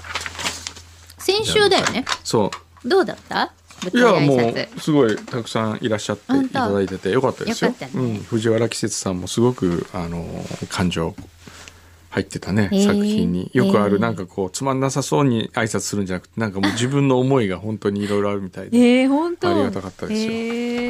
Speaker 3: 先週だよね。
Speaker 2: そ
Speaker 3: どうだった
Speaker 2: う。
Speaker 3: 舞
Speaker 2: いや、
Speaker 3: 台挨
Speaker 2: も
Speaker 3: 拶。
Speaker 2: う、すごい、たくさんいらっしゃってい
Speaker 3: 本当
Speaker 2: ただいてて、よかったですよ。
Speaker 3: よかったね
Speaker 2: うん、藤原季節さんもすごく、あの、感情。入ってたね、
Speaker 3: へえ
Speaker 2: 作品によくあ
Speaker 3: へ
Speaker 2: る
Speaker 3: え
Speaker 2: なんかこうつまんなさそうに挨拶するんじゃなくてなんかもう自分の思いが本当にいろいろあるみたいで
Speaker 3: えー、本当
Speaker 2: ありがたかったですよ
Speaker 3: え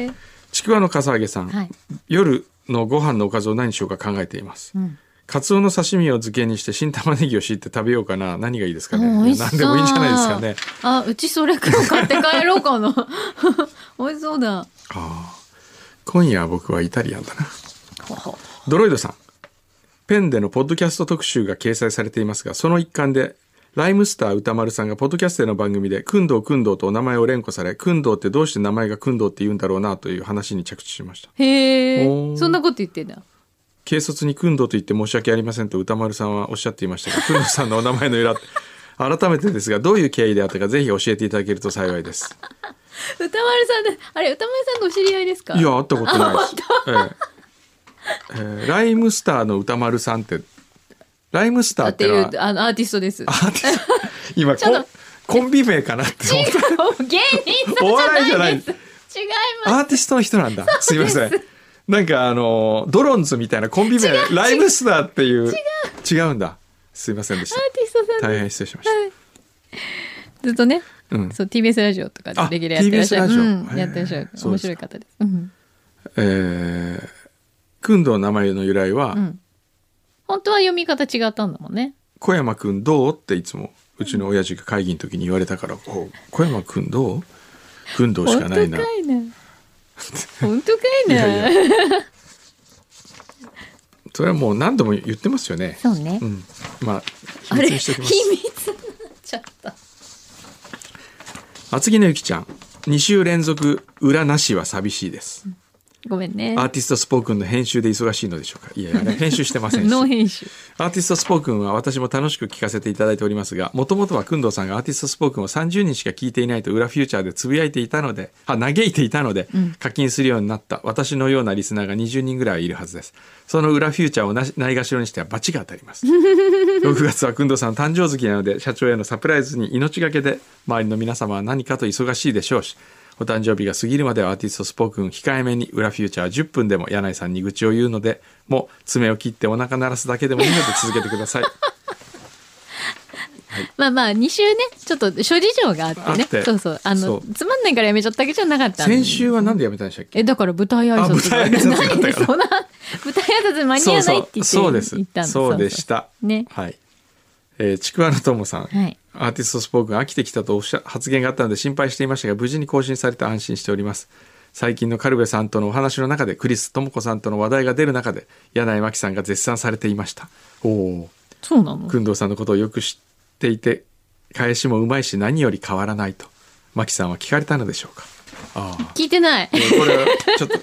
Speaker 3: ー
Speaker 2: ちくわのかさあげさん、
Speaker 3: はい。
Speaker 2: 夜のご飯のおかずを何しようか考えています、
Speaker 3: うん
Speaker 2: カツオの刺身を漬けにして新玉ねぎを敷いて食べようかな何がいいですかね
Speaker 3: あ美味しそう
Speaker 2: 何でもいいんじゃないですかね
Speaker 3: あ、うちそれ今日買って帰ろうか
Speaker 2: (laughs)
Speaker 3: な。美味しそうだ。
Speaker 2: ああ今夜は僕はイタリアンだな
Speaker 3: ほほ
Speaker 2: ドロイドさんペンでのポッドキャスト特集が掲載されていますがその一環でライムスター歌丸さんがポッドキャストでの番組で「くんどうくんどう」とお名前を連呼され「くんどうってどうして名前がくんどうって言うんだろうなという話に着地しました
Speaker 3: へ
Speaker 2: おー
Speaker 3: え。そんなこと言ってんだ。
Speaker 2: 軽率に「くんどうと言って申し訳ありませんと歌丸さんはおっしゃっていましたが (laughs) くんどうさんのお名前の由来改めてですがどういう経緯であったかぜひ教えていただけると幸いです
Speaker 3: (laughs) 歌丸さんで、あれ、歌丸さんとお知り合いですか
Speaker 2: いや会ったことないです、ええええライムスターの歌丸さんってライムスター
Speaker 3: だ
Speaker 2: っ
Speaker 3: ってて
Speaker 2: の
Speaker 3: い
Speaker 2: は
Speaker 3: う、あの、アーティストです。 (laughs)
Speaker 2: あって今
Speaker 3: ちょっと
Speaker 2: コンコンビ名かなって思っ
Speaker 3: 芸人さ
Speaker 2: た
Speaker 3: んじゃないです。
Speaker 2: お笑いじゃない
Speaker 3: 違います。
Speaker 2: アーティストの人なんだすいませんなんかあのドロンズみたいなコンビ名ライムスターっていう違ううんだすいませんでし
Speaker 3: アーティストさ
Speaker 2: た
Speaker 3: ん
Speaker 2: 大変失礼しました、
Speaker 3: ずっとね、
Speaker 2: うん
Speaker 3: そう TBS ラジオとかでレギュラーやってらっしゃる、うん、やってらっしゃる面白い方です。うん、
Speaker 2: えー、君堂の名前の由来は、
Speaker 3: うん本当は読み方違ったんだもんね。
Speaker 2: 小山君どうっていつもうちの親父が会議の時に言われたから、こう小山君どう君堂し
Speaker 3: 本
Speaker 2: か
Speaker 3: 当
Speaker 2: ないな。
Speaker 3: かい
Speaker 2: (laughs)
Speaker 3: な。本当かいな。
Speaker 2: いやそれはもう何度も言ってますよね。
Speaker 3: そうね。
Speaker 2: うん。まあ、秘
Speaker 3: あ
Speaker 2: 密
Speaker 3: れ
Speaker 2: にしてお
Speaker 3: 秘
Speaker 2: き
Speaker 3: 密
Speaker 2: ま
Speaker 3: に
Speaker 2: す。
Speaker 3: なっちゃった。
Speaker 2: 厚木のゆきちゃん、2週連続裏なしは寂しいです。
Speaker 3: ごめんね。
Speaker 2: アーティストスポークンの編集で忙しいのでしょうか。いやいや、編集して
Speaker 3: (laughs)
Speaker 2: ませんし。
Speaker 3: ノー編集。
Speaker 2: アーティストスポークンは私も楽しく聞かせていただいておりますが、もともとは工藤さんがアーティストスポークンを30人しか聞いていないと裏フューチャーでつぶやいていたので、あ、嘆いていたので、課金するようになった私のようなリスナーが20人ぐらいいるはずです。その裏フューチャーをなしないがしろにしては罰が当たります。6月 (laughs) は工藤さん誕生月なので、社長へのサプライズに命がけで、周りの皆様は何かと忙しいでしょうし、お誕生日が過ぎるまではアーティストスポークン控えめに裏フューチャー10分でも柳井さんに愚痴を言うのでもう爪を切ってお腹鳴らすだけでもいいので続けてください
Speaker 3: まあまあ、2週ね、ちょっと諸事情があってね。
Speaker 2: あって
Speaker 3: そうそう。あの
Speaker 2: そう
Speaker 3: つまんないからやめちゃったわけじゃなかったんで
Speaker 2: 先週は何でやめたんでしたっけ
Speaker 3: え、だから舞台挨拶
Speaker 2: あ舞台挨拶だったから
Speaker 3: なんでそんな、舞台挨拶間に合わないって言って
Speaker 2: そうです
Speaker 3: 言ったん
Speaker 2: そうでした
Speaker 3: ね
Speaker 2: はい、えーちくわのともさん、
Speaker 3: はい
Speaker 2: アーティストスポークン飽きてきたとおっしゃ発言があったので心配していましたが無事に更新されて安心しております最近のカルベさんとのお話の中でクリス智子さんとの話題が出る中で柳井真紀さんが絶賛されていましたおお
Speaker 3: そうなの
Speaker 2: 工藤さんのことをよく知っていて返しもうまいし何より変わらないと真紀さんは聞かれたのでしょうかああ
Speaker 3: 聞いてない
Speaker 2: えーこれはちょっと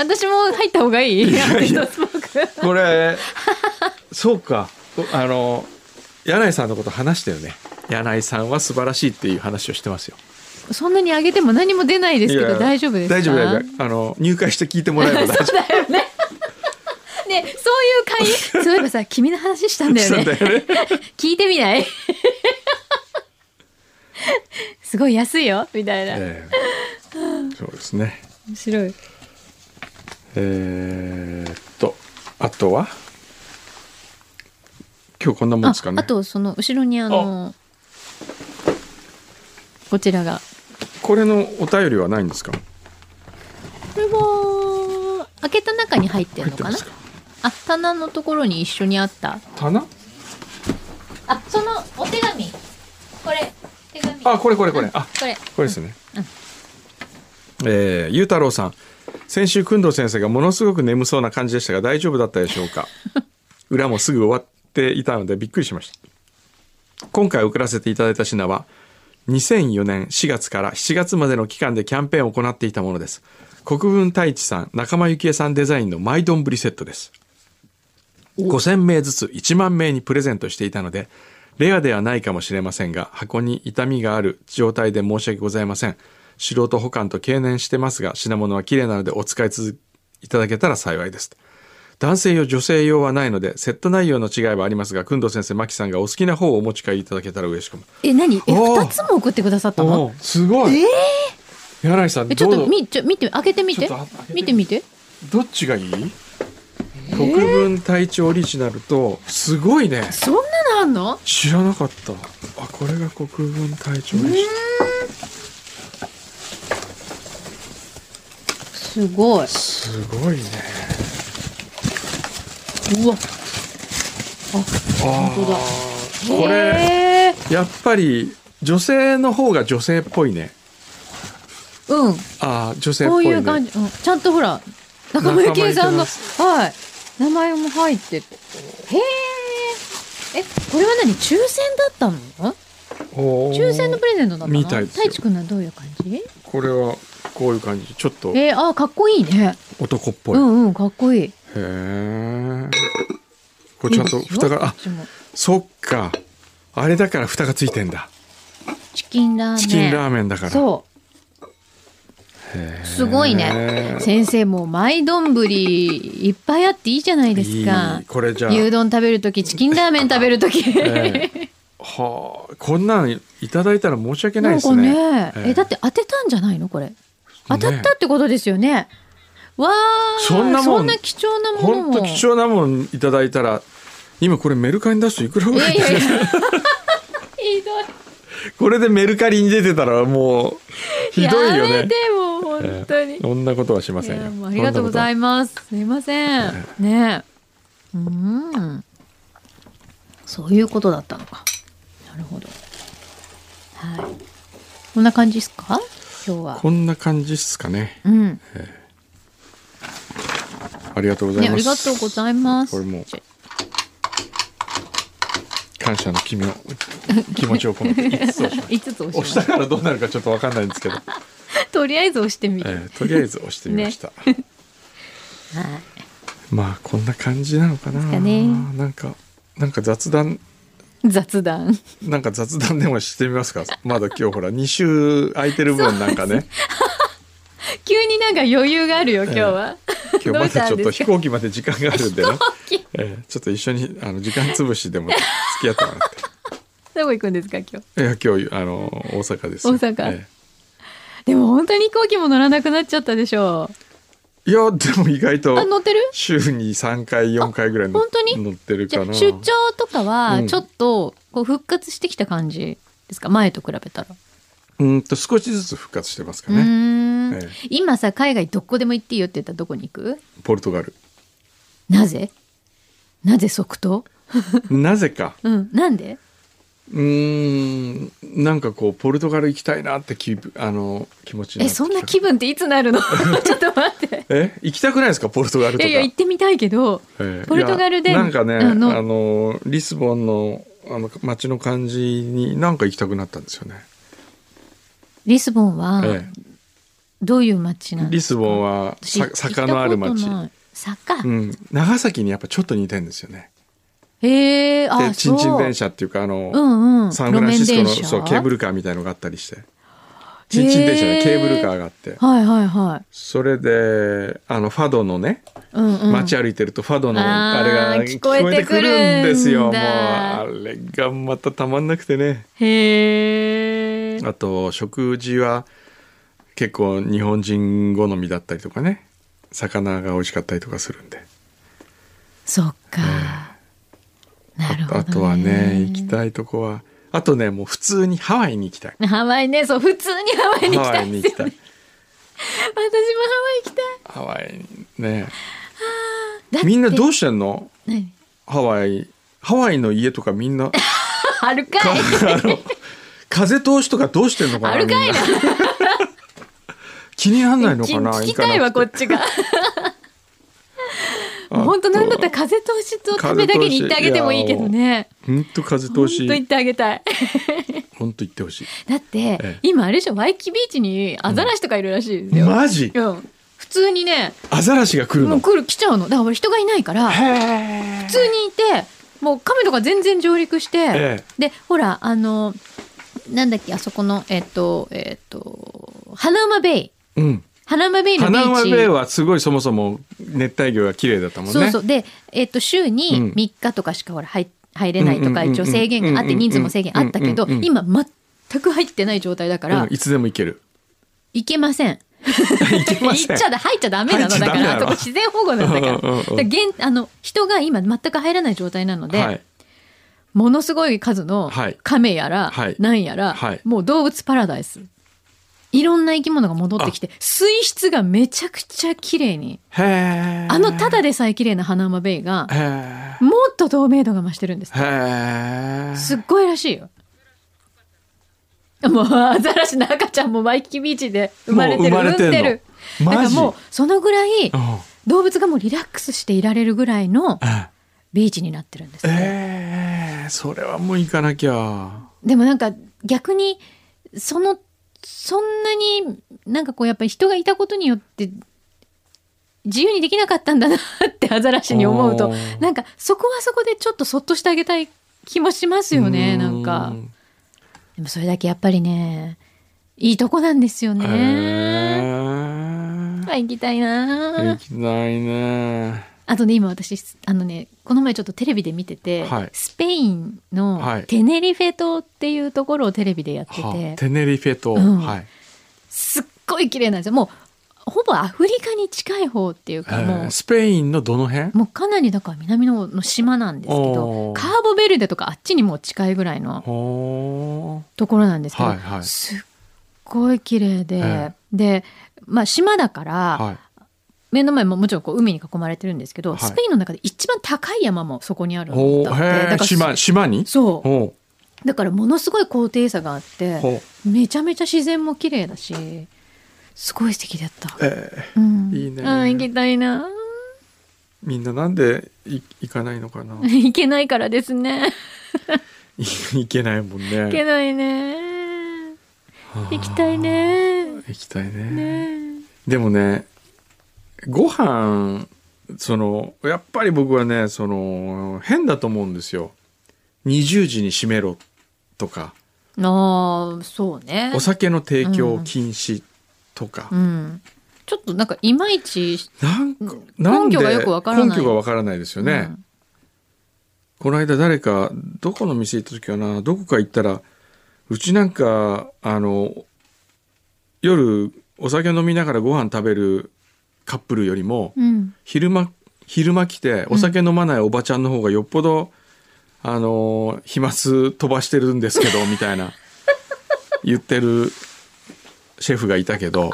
Speaker 3: 私も入った方がいい
Speaker 2: これそうかおあの柳井さんのこと話したよね柳井さんは素晴らしいっていう話をしてますよ
Speaker 3: そんなに上げても何も出ないですけ
Speaker 2: いや
Speaker 3: ど大丈夫ですか
Speaker 2: 大丈夫大丈夫あの入会して聞いてもらえば大丈夫
Speaker 3: ね
Speaker 2: (laughs)
Speaker 3: そういう会そういえばさ君の話したんだよね
Speaker 2: そうだよね
Speaker 3: 聞いてみないすごい安いよみたいな、
Speaker 2: ええそうですね
Speaker 3: 面白い
Speaker 2: えーっとあとは今日こんなもんですかね
Speaker 3: ああとその後ろにあのこちらが
Speaker 2: これのお便りはないんですか
Speaker 3: これは開けた中に入ってる
Speaker 2: 入っ
Speaker 3: の
Speaker 2: て
Speaker 3: か
Speaker 2: ま
Speaker 3: な
Speaker 2: すか
Speaker 3: あ棚のところに一緒にあった
Speaker 2: 棚
Speaker 3: あそのお手紙これ手紙
Speaker 2: あこれこれこれ
Speaker 3: うん
Speaker 2: あ
Speaker 3: これ
Speaker 2: これですね。えー、ゆうたろうさん。先週、くんど先生がものすごく眠そうな感じでしたが、大丈夫だったでしょうか裏もすぐ終わっていたのでびっくりしました。今回送らせていただいた品は、2004年4月から7月までの期間でキャンペーンを行っていたものです。国分太一さん、仲間由紀恵さんデザインのマイドンブリセットです。5000名ずつ1万名にプレゼントしていたので、レアではないかもしれませんが、箱に痛みがある状態で申し訳ございません。素人保管と敬念してますが、品物は綺麗なのでお使い続いただけたら幸いです。男性用、女性用はないので、セット内容の違いはありますが、くんど先生、まきさんがお好きな方をお持ち帰りいただけたら嬉しくも。
Speaker 3: え何え
Speaker 2: おー
Speaker 3: 二つも送ってくださったの
Speaker 2: おすごい。ええ柳井さん、
Speaker 3: えちょっ
Speaker 2: ど
Speaker 3: と
Speaker 2: う
Speaker 3: みちょ見て開けてみて
Speaker 2: ちょっと開けて
Speaker 3: 見てみて
Speaker 2: どっちがいい、国分隊長オリジナルと、すごいね。
Speaker 3: そんなのあんの
Speaker 2: 知らなかったあこれが国分隊長でし
Speaker 3: すごい
Speaker 2: たすごいね
Speaker 3: うわ
Speaker 2: あーこれ
Speaker 3: へえ
Speaker 2: やっぱり女性の方が女性っぽいね
Speaker 3: うん
Speaker 2: あー女性っ
Speaker 3: こ
Speaker 2: ぽ
Speaker 3: う
Speaker 2: い
Speaker 3: い
Speaker 2: ね
Speaker 3: う感じ、うん、ちゃんとほら中村幸恵さんのはい名前も入っててへええこれは何抽選だったの
Speaker 2: おー
Speaker 3: 抽選のプレゼントだったの
Speaker 2: みたいですよ
Speaker 3: 太一くんはどういう感じ
Speaker 2: これはこういう感じちょっと
Speaker 3: えー、あーかっこいいね
Speaker 2: 男っぽ
Speaker 3: う
Speaker 2: い、へ
Speaker 3: んうんかっこいい
Speaker 2: えこれちゃんと
Speaker 3: いいですよ
Speaker 2: 蓋があ
Speaker 3: こっちも
Speaker 2: そっかあれだから蓋がついてんだ
Speaker 3: チキンラーメン
Speaker 2: チキンラーメンだから
Speaker 3: そ
Speaker 2: へー
Speaker 3: うすごいね先生もう舞丼いっぱいあっていいじゃないですか
Speaker 2: いいこれじゃあ
Speaker 3: 牛丼食べるときチキンラーメン食べるとき、
Speaker 2: (laughs) ええはあ、こんなんいただいたら申し訳ない
Speaker 3: な
Speaker 2: で
Speaker 3: ん
Speaker 2: す
Speaker 3: か
Speaker 2: ね。
Speaker 3: ね、え
Speaker 2: ええ
Speaker 3: だって当てたんじゃないのこれ当たったってことですよねわあ
Speaker 2: そんなもん
Speaker 3: 貴重なもの
Speaker 2: 本
Speaker 3: を
Speaker 2: 当貴重なもんいただいたら、今これメルカリに出すといくらぐ
Speaker 3: い
Speaker 2: ら
Speaker 3: や
Speaker 2: い
Speaker 3: いやいや (laughs) ひど
Speaker 2: これでメルカリに出てたらもう
Speaker 3: い
Speaker 2: ひどいよ
Speaker 3: やめ
Speaker 2: ね
Speaker 3: て。もう本当に、
Speaker 2: ええそんなことはしませ
Speaker 3: い
Speaker 2: んよ。
Speaker 3: やもうありがとうございますすいませんねえうんそういうことだったのかなるほどはいこんな感じですか今日は
Speaker 2: こんな感じっすかね。
Speaker 3: うん
Speaker 2: ありがとうござ
Speaker 3: ね
Speaker 2: い
Speaker 3: あ
Speaker 2: ま
Speaker 3: り
Speaker 2: す。
Speaker 3: がとうございます
Speaker 2: これもう感謝の気持ち気持ちを込めて5つ押
Speaker 3: (laughs)
Speaker 2: します
Speaker 3: 5つ押
Speaker 2: 押し
Speaker 3: しま
Speaker 2: た
Speaker 3: し
Speaker 2: からどうなるかちょっとわかんないんですけど、
Speaker 3: たとりあえず押してみる、
Speaker 2: ええとりあえず押してみ
Speaker 3: (laughs)
Speaker 2: ました。
Speaker 3: はい
Speaker 2: まあこんな感じなのかな。
Speaker 3: すかね
Speaker 2: なんかなんか雑談
Speaker 3: 雑談 (laughs)
Speaker 2: なんか雑談でもしてみますか。まだ今日ほら2週空いてる分なんかね。
Speaker 3: 急になんか余裕があるよ今日は、
Speaker 2: 今日まだちょっ
Speaker 3: ど
Speaker 2: と
Speaker 3: うしたんですか
Speaker 2: 飛行機まで時間があるんでね。
Speaker 3: 飛行機
Speaker 2: ええちょっと一緒にあの時間潰しでも付き合ってもらっ
Speaker 3: どこ行くんですか今日
Speaker 2: て。いや今日あの大阪ですよ。
Speaker 3: 大阪
Speaker 2: え
Speaker 3: でも本当に飛行機も乗らなくなっちゃったでしょ
Speaker 2: えいやでも意外
Speaker 3: うあ乗
Speaker 2: と
Speaker 3: ってる
Speaker 2: 週に3回4回ぐらいの
Speaker 3: 本当に
Speaker 2: 乗ってる
Speaker 3: じゃ
Speaker 2: か
Speaker 3: あ
Speaker 2: な。
Speaker 3: 出張とか
Speaker 2: う
Speaker 3: は
Speaker 2: ん
Speaker 3: ちょっとこう復活してきた感じですか前と比べたら、
Speaker 2: うーんと少しずつ復活してますか
Speaker 3: うー
Speaker 2: ね。
Speaker 3: ん、
Speaker 2: ええ
Speaker 3: 今さ海外どこでも行っていいよって言ったらどこに行く
Speaker 2: ポルトガル。
Speaker 3: なぜなぜ即答
Speaker 2: なぜか。
Speaker 3: うんなんで
Speaker 2: うーんなんかこうポルトガル行きたいなって気分あの気持ちに
Speaker 3: え
Speaker 2: なってきた
Speaker 3: そんな気分っていつな
Speaker 2: (laughs)
Speaker 3: るのちょっと待って
Speaker 2: え行きたくないですかポルトガルと
Speaker 3: い
Speaker 2: か
Speaker 3: やいや行ってみたいけど
Speaker 2: ええ
Speaker 3: ポルトガルで
Speaker 2: いやなんかねあ
Speaker 3: あ
Speaker 2: の
Speaker 3: の
Speaker 2: リスボンのあの街の感じになんか行きたくなったんですよね、
Speaker 3: リスボンは
Speaker 2: え
Speaker 3: どういう街
Speaker 2: え
Speaker 3: なん
Speaker 2: リ
Speaker 3: です
Speaker 2: ス
Speaker 3: か、
Speaker 2: ボンは
Speaker 3: 私
Speaker 2: さ坂のある街
Speaker 3: 行ったことない坂、
Speaker 2: うん、長崎にやっぱちょっと似てるんですよね
Speaker 3: へえあ
Speaker 2: でちんちん電
Speaker 3: 車
Speaker 2: 車っていうかあの、
Speaker 3: うんうん
Speaker 2: サンフランシスコの
Speaker 3: 路面電車
Speaker 2: そうケーブルカーみたいのがあったりしてちんちん電車
Speaker 3: へ
Speaker 2: で
Speaker 3: え
Speaker 2: ケーブルカーがあって
Speaker 3: はいはいはい
Speaker 2: それであのファドのね
Speaker 3: うんうん
Speaker 2: 街歩いてるとファドの
Speaker 3: あー
Speaker 2: あれが
Speaker 3: 聞
Speaker 2: 聞こ
Speaker 3: こ
Speaker 2: え
Speaker 3: え
Speaker 2: て
Speaker 3: て
Speaker 2: く
Speaker 3: くる
Speaker 2: るん
Speaker 3: んだ
Speaker 2: ですよもうあれがまたたまんなくてね
Speaker 3: へえ
Speaker 2: あと食事は結構日本人好みだったりとかね魚が美味しかったりとかするんで
Speaker 3: そっか、なるほど、
Speaker 2: あとはね行きたいとこはあとねもう普通にハワイに行きたい
Speaker 3: ハワイねそう普通にハワイ (laughs) に行き
Speaker 2: ハ
Speaker 3: たい
Speaker 2: ワイに
Speaker 3: で
Speaker 2: 行
Speaker 3: す (laughs)
Speaker 2: き
Speaker 3: よ
Speaker 2: たい
Speaker 3: 私もハワイ行きたい
Speaker 2: ハワイね
Speaker 3: だって
Speaker 2: みんなどうしてんの
Speaker 3: 何
Speaker 2: ハワイハワイの家とかみんな
Speaker 3: あるかい
Speaker 2: あの風通しとかどうしてんのかな
Speaker 3: あるかい
Speaker 2: みんな気にならないの
Speaker 3: き
Speaker 2: かな
Speaker 3: 聞きたいわこっちが (laughs) 本当なんだったら風通しとためだけに行ってあげてもいいけどね
Speaker 2: 本当風
Speaker 3: 本
Speaker 2: 通
Speaker 3: 当行っ
Speaker 2: して
Speaker 3: あげたい
Speaker 2: 本当行ってほしい
Speaker 3: だって、
Speaker 2: え
Speaker 3: 今あれでしょワイキビーチにアザラシとかいるらしいですよ、
Speaker 2: マジ
Speaker 3: うん普通にね
Speaker 2: アザラシが来る
Speaker 3: もう
Speaker 2: の
Speaker 3: 来る来ちゃうのだから人がいないから普
Speaker 2: へ
Speaker 3: 通にいてもうカメとか全然上陸して、
Speaker 2: え
Speaker 3: でほらあのなんだっけあそこのえっ、とえっ、と花馬ベイ
Speaker 2: えうん
Speaker 3: 花馬ベイのビー
Speaker 2: 花
Speaker 3: チ
Speaker 2: 輪ベイはすごいそもそも熱帯魚が綺麗だったもんね
Speaker 3: そうそうで、えっと週
Speaker 2: う
Speaker 3: に
Speaker 2: ん
Speaker 3: 3日とかしかほら入入れないとか
Speaker 2: うんうんうんうん
Speaker 3: 一応制限があっ
Speaker 2: うん
Speaker 3: て
Speaker 2: うんうん
Speaker 3: 人数も制限あったけど
Speaker 2: うんうんうん
Speaker 3: 今全く入ってない状態だか
Speaker 2: う
Speaker 3: ら
Speaker 2: んいつでも
Speaker 3: (laughs)
Speaker 2: 行ける
Speaker 3: 行けません。
Speaker 2: 行け
Speaker 3: 行
Speaker 2: ま
Speaker 3: っ
Speaker 2: せん
Speaker 3: ちゃだ入っちゃダメなの
Speaker 2: 入
Speaker 3: だ
Speaker 2: っちゃダ
Speaker 3: か
Speaker 2: メな
Speaker 3: ら
Speaker 2: の
Speaker 3: あそこ自然保護なんだから
Speaker 2: うんうんうん
Speaker 3: だから現あの人が今全く入らない状態なので、
Speaker 2: はい
Speaker 3: ものすごい数の
Speaker 2: はい
Speaker 3: 亀やら、
Speaker 2: はい
Speaker 3: なんやら、
Speaker 2: はい
Speaker 3: もう動物パラダイスいろんな生き物が戻ってきて水質がめちゃくちゃ綺麗に
Speaker 2: へえ
Speaker 3: あのただでさえ綺麗な花馬ベイが
Speaker 2: へえ
Speaker 3: もっと透明度が増してるんです
Speaker 2: へえ
Speaker 3: すっごいらしいよもうアザラシの赤ちゃんもワイキキビーチで生まれてる
Speaker 2: もう生まれて
Speaker 3: 産
Speaker 2: んの
Speaker 3: んでるだか
Speaker 2: マ
Speaker 3: ら
Speaker 2: ジ
Speaker 3: もうそのぐらい
Speaker 2: うん
Speaker 3: 動物がもうリラックスしていられるぐらいの
Speaker 2: え
Speaker 3: ビーチになってるんですね、
Speaker 2: えそれはもう行かなきゃ
Speaker 3: でもなんか逆にそのそんなになんかこうやっぱり人がいたことによって自由にできなかったんだなってアザラシに思うと
Speaker 2: おー
Speaker 3: なんかそこはそこでちょっとそっとしてあげたい気もしますよねなんかでもそれだけやっぱりねいいとこなんですよ
Speaker 2: うーん
Speaker 3: ね、
Speaker 2: へ
Speaker 3: はい行きたい
Speaker 2: え行
Speaker 3: な
Speaker 2: きないね
Speaker 3: あとね今私あのねこの前ちょっとテレビで見てて、
Speaker 2: はい
Speaker 3: スペイン
Speaker 2: は
Speaker 3: の
Speaker 2: い
Speaker 3: テネリフェ島っていうところをテレビでやってて、
Speaker 2: はテネリフェ島、
Speaker 3: うん
Speaker 2: はい
Speaker 3: すっごい綺麗なんですよもうほぼアフリカに近い方っていう
Speaker 2: え
Speaker 3: かもう、
Speaker 2: ースペインのどの辺
Speaker 3: もうかなりだから南のの島なんですけど
Speaker 2: おー
Speaker 3: カーボベルデとかあっちにもう近いぐらいの
Speaker 2: ほ
Speaker 3: ところなんですけど、
Speaker 2: はいはい
Speaker 3: すっごい綺麗で、
Speaker 2: え
Speaker 3: で、まあ、島だから、
Speaker 2: ーはい
Speaker 3: 目の前ももちろんこう海に囲まれてるんですけど、
Speaker 2: はい
Speaker 3: スペインの中で一番高い山もそこにあるん
Speaker 2: ほ
Speaker 3: だ
Speaker 2: う
Speaker 3: って
Speaker 2: へ
Speaker 3: だ
Speaker 2: え
Speaker 3: から
Speaker 2: 島島に
Speaker 3: そ
Speaker 2: ほ
Speaker 3: うだからものすごい高低差があっ
Speaker 2: う
Speaker 3: て
Speaker 2: ほ
Speaker 3: めちゃめちゃ自然も綺麗だしすごい素敵だった。
Speaker 2: うえ
Speaker 3: う
Speaker 2: ー
Speaker 3: ん
Speaker 2: いいね
Speaker 3: あー行きたいな。 (laughs)
Speaker 2: みんななんでい行かないの
Speaker 3: (laughs)
Speaker 2: かな
Speaker 3: 行けないからですね。
Speaker 2: 行けないもん
Speaker 3: 行け
Speaker 2: ね
Speaker 3: ないね。
Speaker 2: はあ
Speaker 3: 行きたいね。
Speaker 2: 行きたいね
Speaker 3: ね
Speaker 2: でもねご飯そのやっぱり僕はねその変だと思うんですよ20時に閉めろとか
Speaker 3: ああ、そうね。
Speaker 2: お酒の提供禁止とか、
Speaker 3: うん。ちょっとなんかいまいち、
Speaker 2: なんかなん
Speaker 3: 根
Speaker 2: で
Speaker 3: 拠がよくわからない
Speaker 2: 根拠がわからないですよね、
Speaker 3: うん
Speaker 2: この間誰かどこの店行った時かなどこか行ったらうちなんかあの夜お酒飲みながらご飯食べるカップルよりも、
Speaker 3: うん。
Speaker 2: 昼間昼間来てお酒飲まないおばちゃんの方がよっぽど、あのー飛沫飛ばしてるんですけどみたいな言ってるシェフがいた
Speaker 3: (laughs)
Speaker 2: けど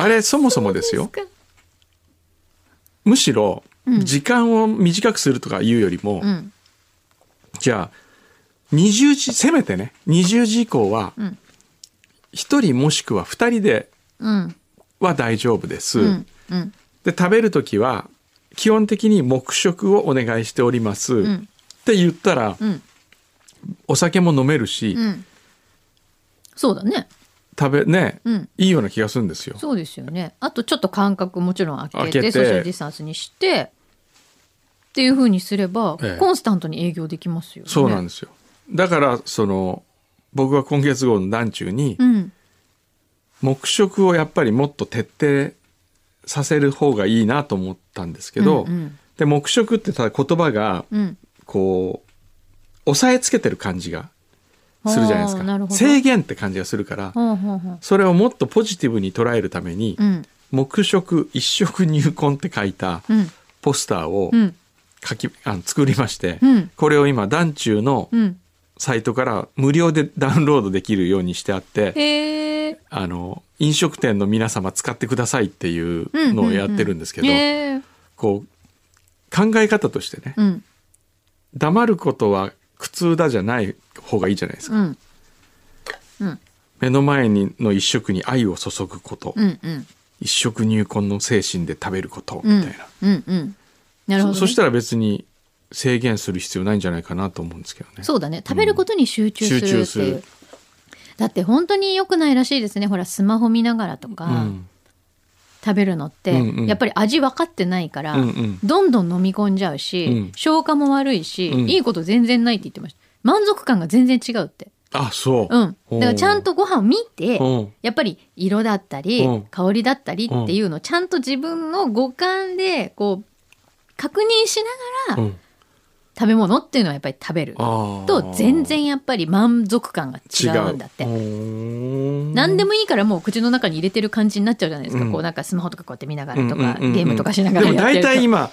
Speaker 2: あれそもそもですよ
Speaker 3: そうです
Speaker 2: むしろ
Speaker 3: うん
Speaker 2: 時間を短くするとか言うよりも、
Speaker 3: うん。
Speaker 2: じゃあ20時せめてね20時以降は
Speaker 3: うん
Speaker 2: 1人もしくは2人で
Speaker 3: うん
Speaker 2: は大丈夫です、
Speaker 3: うんうん
Speaker 2: で食べる時は基本的に黙食をお願いしております、
Speaker 3: ん
Speaker 2: って言ったら、
Speaker 3: うん
Speaker 2: お酒も飲めるし、
Speaker 3: うんそうだね
Speaker 2: 食べね、
Speaker 3: うん
Speaker 2: いいような気がするんですよ
Speaker 3: そうですよねあとちょっと間隔もちろん空けて
Speaker 2: 空けて
Speaker 3: ソーシャルディスタンスにしてっていうふうにすれば、
Speaker 2: ええ
Speaker 3: コンスタントに営業できますよね
Speaker 2: そうなん
Speaker 3: で
Speaker 2: ですよだからその僕は今月号の団中に、
Speaker 3: うん
Speaker 2: 黙食をやっぱりもっと徹底させる方がいいなと思ったんですけど、
Speaker 3: うんうん
Speaker 2: で黙食ってただ言葉が
Speaker 3: うん
Speaker 2: こう押さえつけてる感じがするじゃないです
Speaker 3: あーなる
Speaker 2: か
Speaker 3: ほど
Speaker 2: 制限って感じがするから
Speaker 3: ほうほうほう
Speaker 2: それをもっとポジティブに捉えるために
Speaker 3: うん
Speaker 2: 「黙食一食入魂」って書いた
Speaker 3: うん
Speaker 2: ポスターを
Speaker 3: うん
Speaker 2: 書きあの作りまして、
Speaker 3: うん
Speaker 2: これを今団中の
Speaker 3: うん
Speaker 2: サイトから無料でダウンロードできるようにしてあって。
Speaker 3: へえ
Speaker 2: あの飲食店の皆様使ってくださいっていうのをやってるんですけど、
Speaker 3: へえ
Speaker 2: こう考え方としてね、
Speaker 3: うん
Speaker 2: 黙ることは苦痛だじゃない方がいいじゃないですか、
Speaker 3: うん
Speaker 2: 目の前にの一食に愛を注ぐこと、
Speaker 3: うんうん
Speaker 2: 一食入魂の精神で食べること
Speaker 3: うん
Speaker 2: みたいな、
Speaker 3: うんうんなるほどね、
Speaker 2: そそしたら別に制限する必要ないんじゃないかなと思うんですけどね
Speaker 3: そうだね食べることに集中するって
Speaker 2: 集中す
Speaker 3: いう、
Speaker 2: る
Speaker 3: だって本当に良くないらしいですねほらスマホ見ながらとか、
Speaker 2: うん
Speaker 3: 食べるのって、
Speaker 2: うんうん
Speaker 3: やっぱり味分かってないから、
Speaker 2: うんうん
Speaker 3: どんどん飲み込んじゃうし、
Speaker 2: うん
Speaker 3: 消化も悪いし、
Speaker 2: うん
Speaker 3: いいこと全然ないって言ってました満足感が全然違うって
Speaker 2: あそう、
Speaker 3: うんだからちゃん
Speaker 2: と
Speaker 3: とご飯見て
Speaker 2: うん
Speaker 3: やっぱり色だったり
Speaker 2: うん
Speaker 3: 香りだったりっていうのをちゃんと自分の五感でこう確認しながら
Speaker 2: うん
Speaker 3: 食べ物っていうのはやっぱり食べる
Speaker 2: あー
Speaker 3: と全然やっぱり満足感が違うんだって。
Speaker 2: うん
Speaker 3: 何でもいいからもう口の中に入れてる感じになっちゃうじゃないですか、
Speaker 2: うん
Speaker 3: こうなんかスマホとかこうやって見ながらと
Speaker 2: うんうん
Speaker 3: か、
Speaker 2: うんうん
Speaker 3: ゲームとかしながら
Speaker 2: でも
Speaker 3: やって
Speaker 2: 大
Speaker 3: ると
Speaker 2: 体今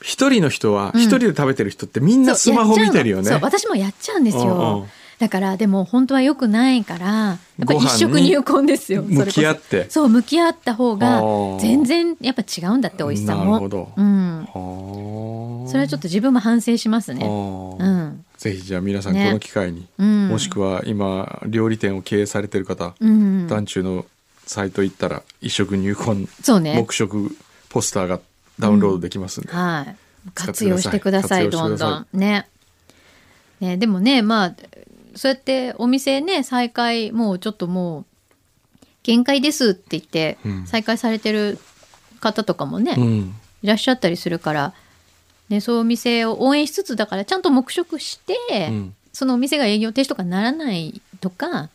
Speaker 2: 一人の人は
Speaker 3: うん
Speaker 2: 一人で食べてる人ってみんなス
Speaker 3: そう
Speaker 2: マホ見てる
Speaker 3: や
Speaker 2: よ
Speaker 3: っ
Speaker 2: ね
Speaker 3: ちゃうのそう私もやっちゃうんですよ、
Speaker 2: うんうん
Speaker 3: だからでも本当は良くないからやっぱり一
Speaker 2: ご飯
Speaker 3: 食
Speaker 2: に
Speaker 3: 入魂ですよ
Speaker 2: 向き合っ
Speaker 3: それこそ
Speaker 2: て
Speaker 3: そう向き合った方
Speaker 2: あ
Speaker 3: が
Speaker 2: ー
Speaker 3: 全然やっぱ違うんだって美味しさも
Speaker 2: なるほど
Speaker 3: うん、
Speaker 2: そ
Speaker 3: それはちょっと自分も反省します
Speaker 2: あ
Speaker 3: ねう
Speaker 2: ー
Speaker 3: ん
Speaker 2: ぜひじゃあ皆さんこ
Speaker 3: ね
Speaker 2: の機会に
Speaker 3: うん
Speaker 2: もしくは今料理店を経営されてる方
Speaker 3: うん
Speaker 2: 団中のサイト行ったら一食入魂
Speaker 3: そうね
Speaker 2: 黙食ポスターがダウンロードできますんで
Speaker 3: はい、
Speaker 2: 使って
Speaker 3: 活
Speaker 2: ください
Speaker 3: 用してください
Speaker 2: 活用
Speaker 3: ど
Speaker 2: して
Speaker 3: ん
Speaker 2: ください
Speaker 3: どんねねでもねまあそうやってお店ね再開もうちょっともう限界ですって言って
Speaker 2: うん
Speaker 3: 再開されてる方とかもね、
Speaker 2: うん
Speaker 3: いらっしゃったりするから、ね、そういうお店を応援しつつだからちゃんと黙食して、
Speaker 2: うん
Speaker 3: そのお店が営業停止とかならないとか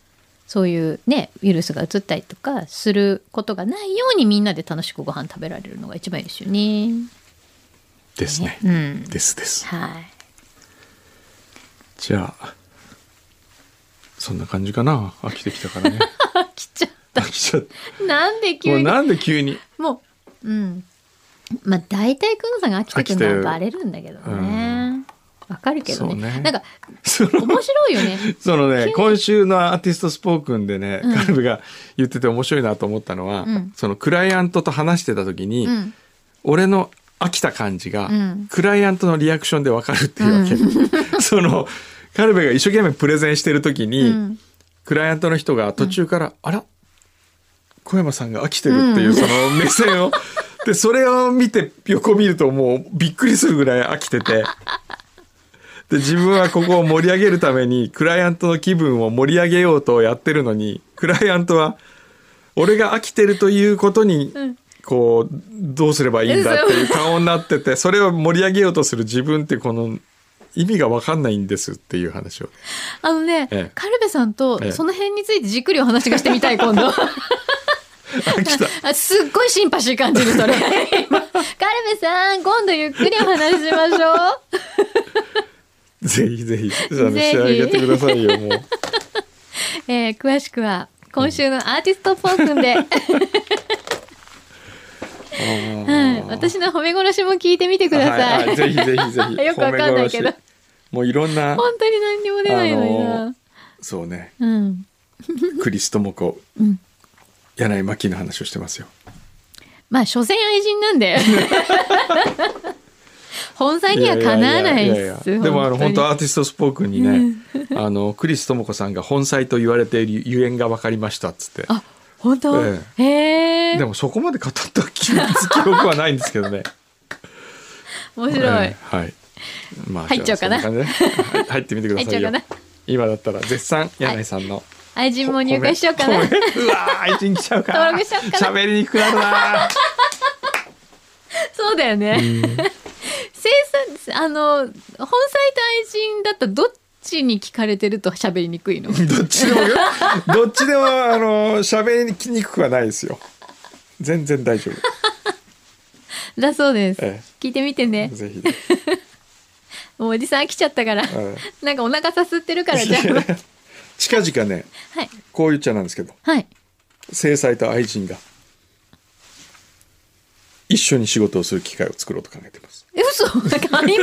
Speaker 3: そういうねウイルスが移ったりとかすることがないようにみんなで楽しくご飯食べられるのが一番いいですよね。
Speaker 2: ですね
Speaker 3: うん、
Speaker 2: ですです
Speaker 3: はい
Speaker 2: じゃあそんな感じかな飽きてき
Speaker 3: (laughs)
Speaker 2: たからね
Speaker 3: あ来ちゃ
Speaker 2: 飽きちゃった
Speaker 3: うなんで
Speaker 2: も
Speaker 3: 急
Speaker 2: う
Speaker 3: に
Speaker 2: なんで急に
Speaker 3: もううんまあ大体工藤さんが飽きてくるのはバレるんだけどねわかるけどね
Speaker 2: そうね
Speaker 3: なんか
Speaker 2: その
Speaker 3: 面白いよ
Speaker 2: (laughs)
Speaker 3: ね
Speaker 2: そのね
Speaker 3: に
Speaker 2: 今週のアーティストスポークンでね、
Speaker 3: うん
Speaker 2: カルブが言ってて面白いなと思ったのは、
Speaker 3: うん
Speaker 2: そのクライアントと話してた時に、
Speaker 3: うん
Speaker 2: 俺の飽きた感じが、
Speaker 3: うん
Speaker 2: クライアントのリアクションでわかるっていうわけ、 (laughs) そのカルベが一生懸命プレゼンしてる時に、
Speaker 3: うん
Speaker 2: クライアントの人が途中から「あら小山さんが飽きてる」っていうその目線を、でそれを見て横見るともうびっくりするぐらい飽きてて。で自分はここを盛り上げるためにクライアントの気分を盛り上げようとやってるのにクライアントは俺が飽きてるということに、こうどうすればいいんだっていう顔になっててそれを盛り上げようとする自分ってこの意味が分かんないんですっていう話を
Speaker 3: あのね、
Speaker 2: ええ
Speaker 3: カルベさん
Speaker 2: ええ
Speaker 3: とその辺についてじっくりお話がしてみたい、
Speaker 2: (laughs)
Speaker 3: 今度。
Speaker 2: 飽
Speaker 3: (laughs)
Speaker 2: きた
Speaker 3: あすっごいシンパシー感じる、そ
Speaker 2: (laughs)
Speaker 3: れ。今カルベさん、今度ゆっくりお話ししましょう。 (laughs)
Speaker 2: ぜひぜひあの
Speaker 3: ぜひ
Speaker 2: 仕上げてください
Speaker 3: (laughs)
Speaker 2: よもう
Speaker 3: えー詳しくは、今週のアーティストポークンで、うん、私の褒め殺しも聞いてみてくださ。
Speaker 2: はいいはいぜひぜひぜひ
Speaker 3: (laughs) よくわかんないけど
Speaker 2: 褒め殺しもういろん (laughs) な
Speaker 3: 本当に何にも出ないのにな。
Speaker 2: あのそうね
Speaker 3: うん。
Speaker 2: クリス智子、
Speaker 3: ん
Speaker 2: 柳井真紀の話をしてますよ (laughs)
Speaker 3: まあ、所詮愛人なんで。本妻にはかなわないです。
Speaker 2: でもあの本当
Speaker 3: に
Speaker 2: アーティストスポークンにね、 (laughs) あのクリス智子さんが本妻と言われているゆえんが分かりましたっつって。
Speaker 3: あ本当
Speaker 2: え
Speaker 3: へえ
Speaker 2: でもそこまで語った記憶はないんですけ
Speaker 3: (laughs)
Speaker 2: どね。
Speaker 3: 面白い。
Speaker 2: ええはい。まあ
Speaker 3: 入っちゃおうかな
Speaker 2: じゃあそん感じではい入ってみてくださいよ
Speaker 3: 入っちゃうか。
Speaker 2: 今だったら絶賛柳井さんの、
Speaker 3: 愛人も入会しようか
Speaker 2: ご
Speaker 3: な
Speaker 2: めん。うわー、愛人来ちゃうか。
Speaker 3: 登録しちゃおうかな
Speaker 2: 喋りにくくなるな。
Speaker 3: そうだよね。生産あの本妻と愛人だったらどっちに聞かれてると喋りにくい
Speaker 2: (laughs)
Speaker 3: の。
Speaker 2: どっちでもよ、どっちでもあの喋りにくくはないですよ。全然大丈夫。
Speaker 3: だそうです。
Speaker 2: え
Speaker 3: 聞いてみてね。
Speaker 2: ぜひ。
Speaker 3: もうおじさん飽きちゃったから。
Speaker 2: え
Speaker 3: なんかお腹さすってる
Speaker 2: (laughs)
Speaker 3: からじゃあ。
Speaker 2: え近々ね、
Speaker 3: はい
Speaker 2: こう言っちゃなんですけど、
Speaker 3: はい。
Speaker 2: 制裁と愛人が一緒に仕事をする機会を作ろうと考えています。
Speaker 3: え嘘なんか曖昧 (laughs)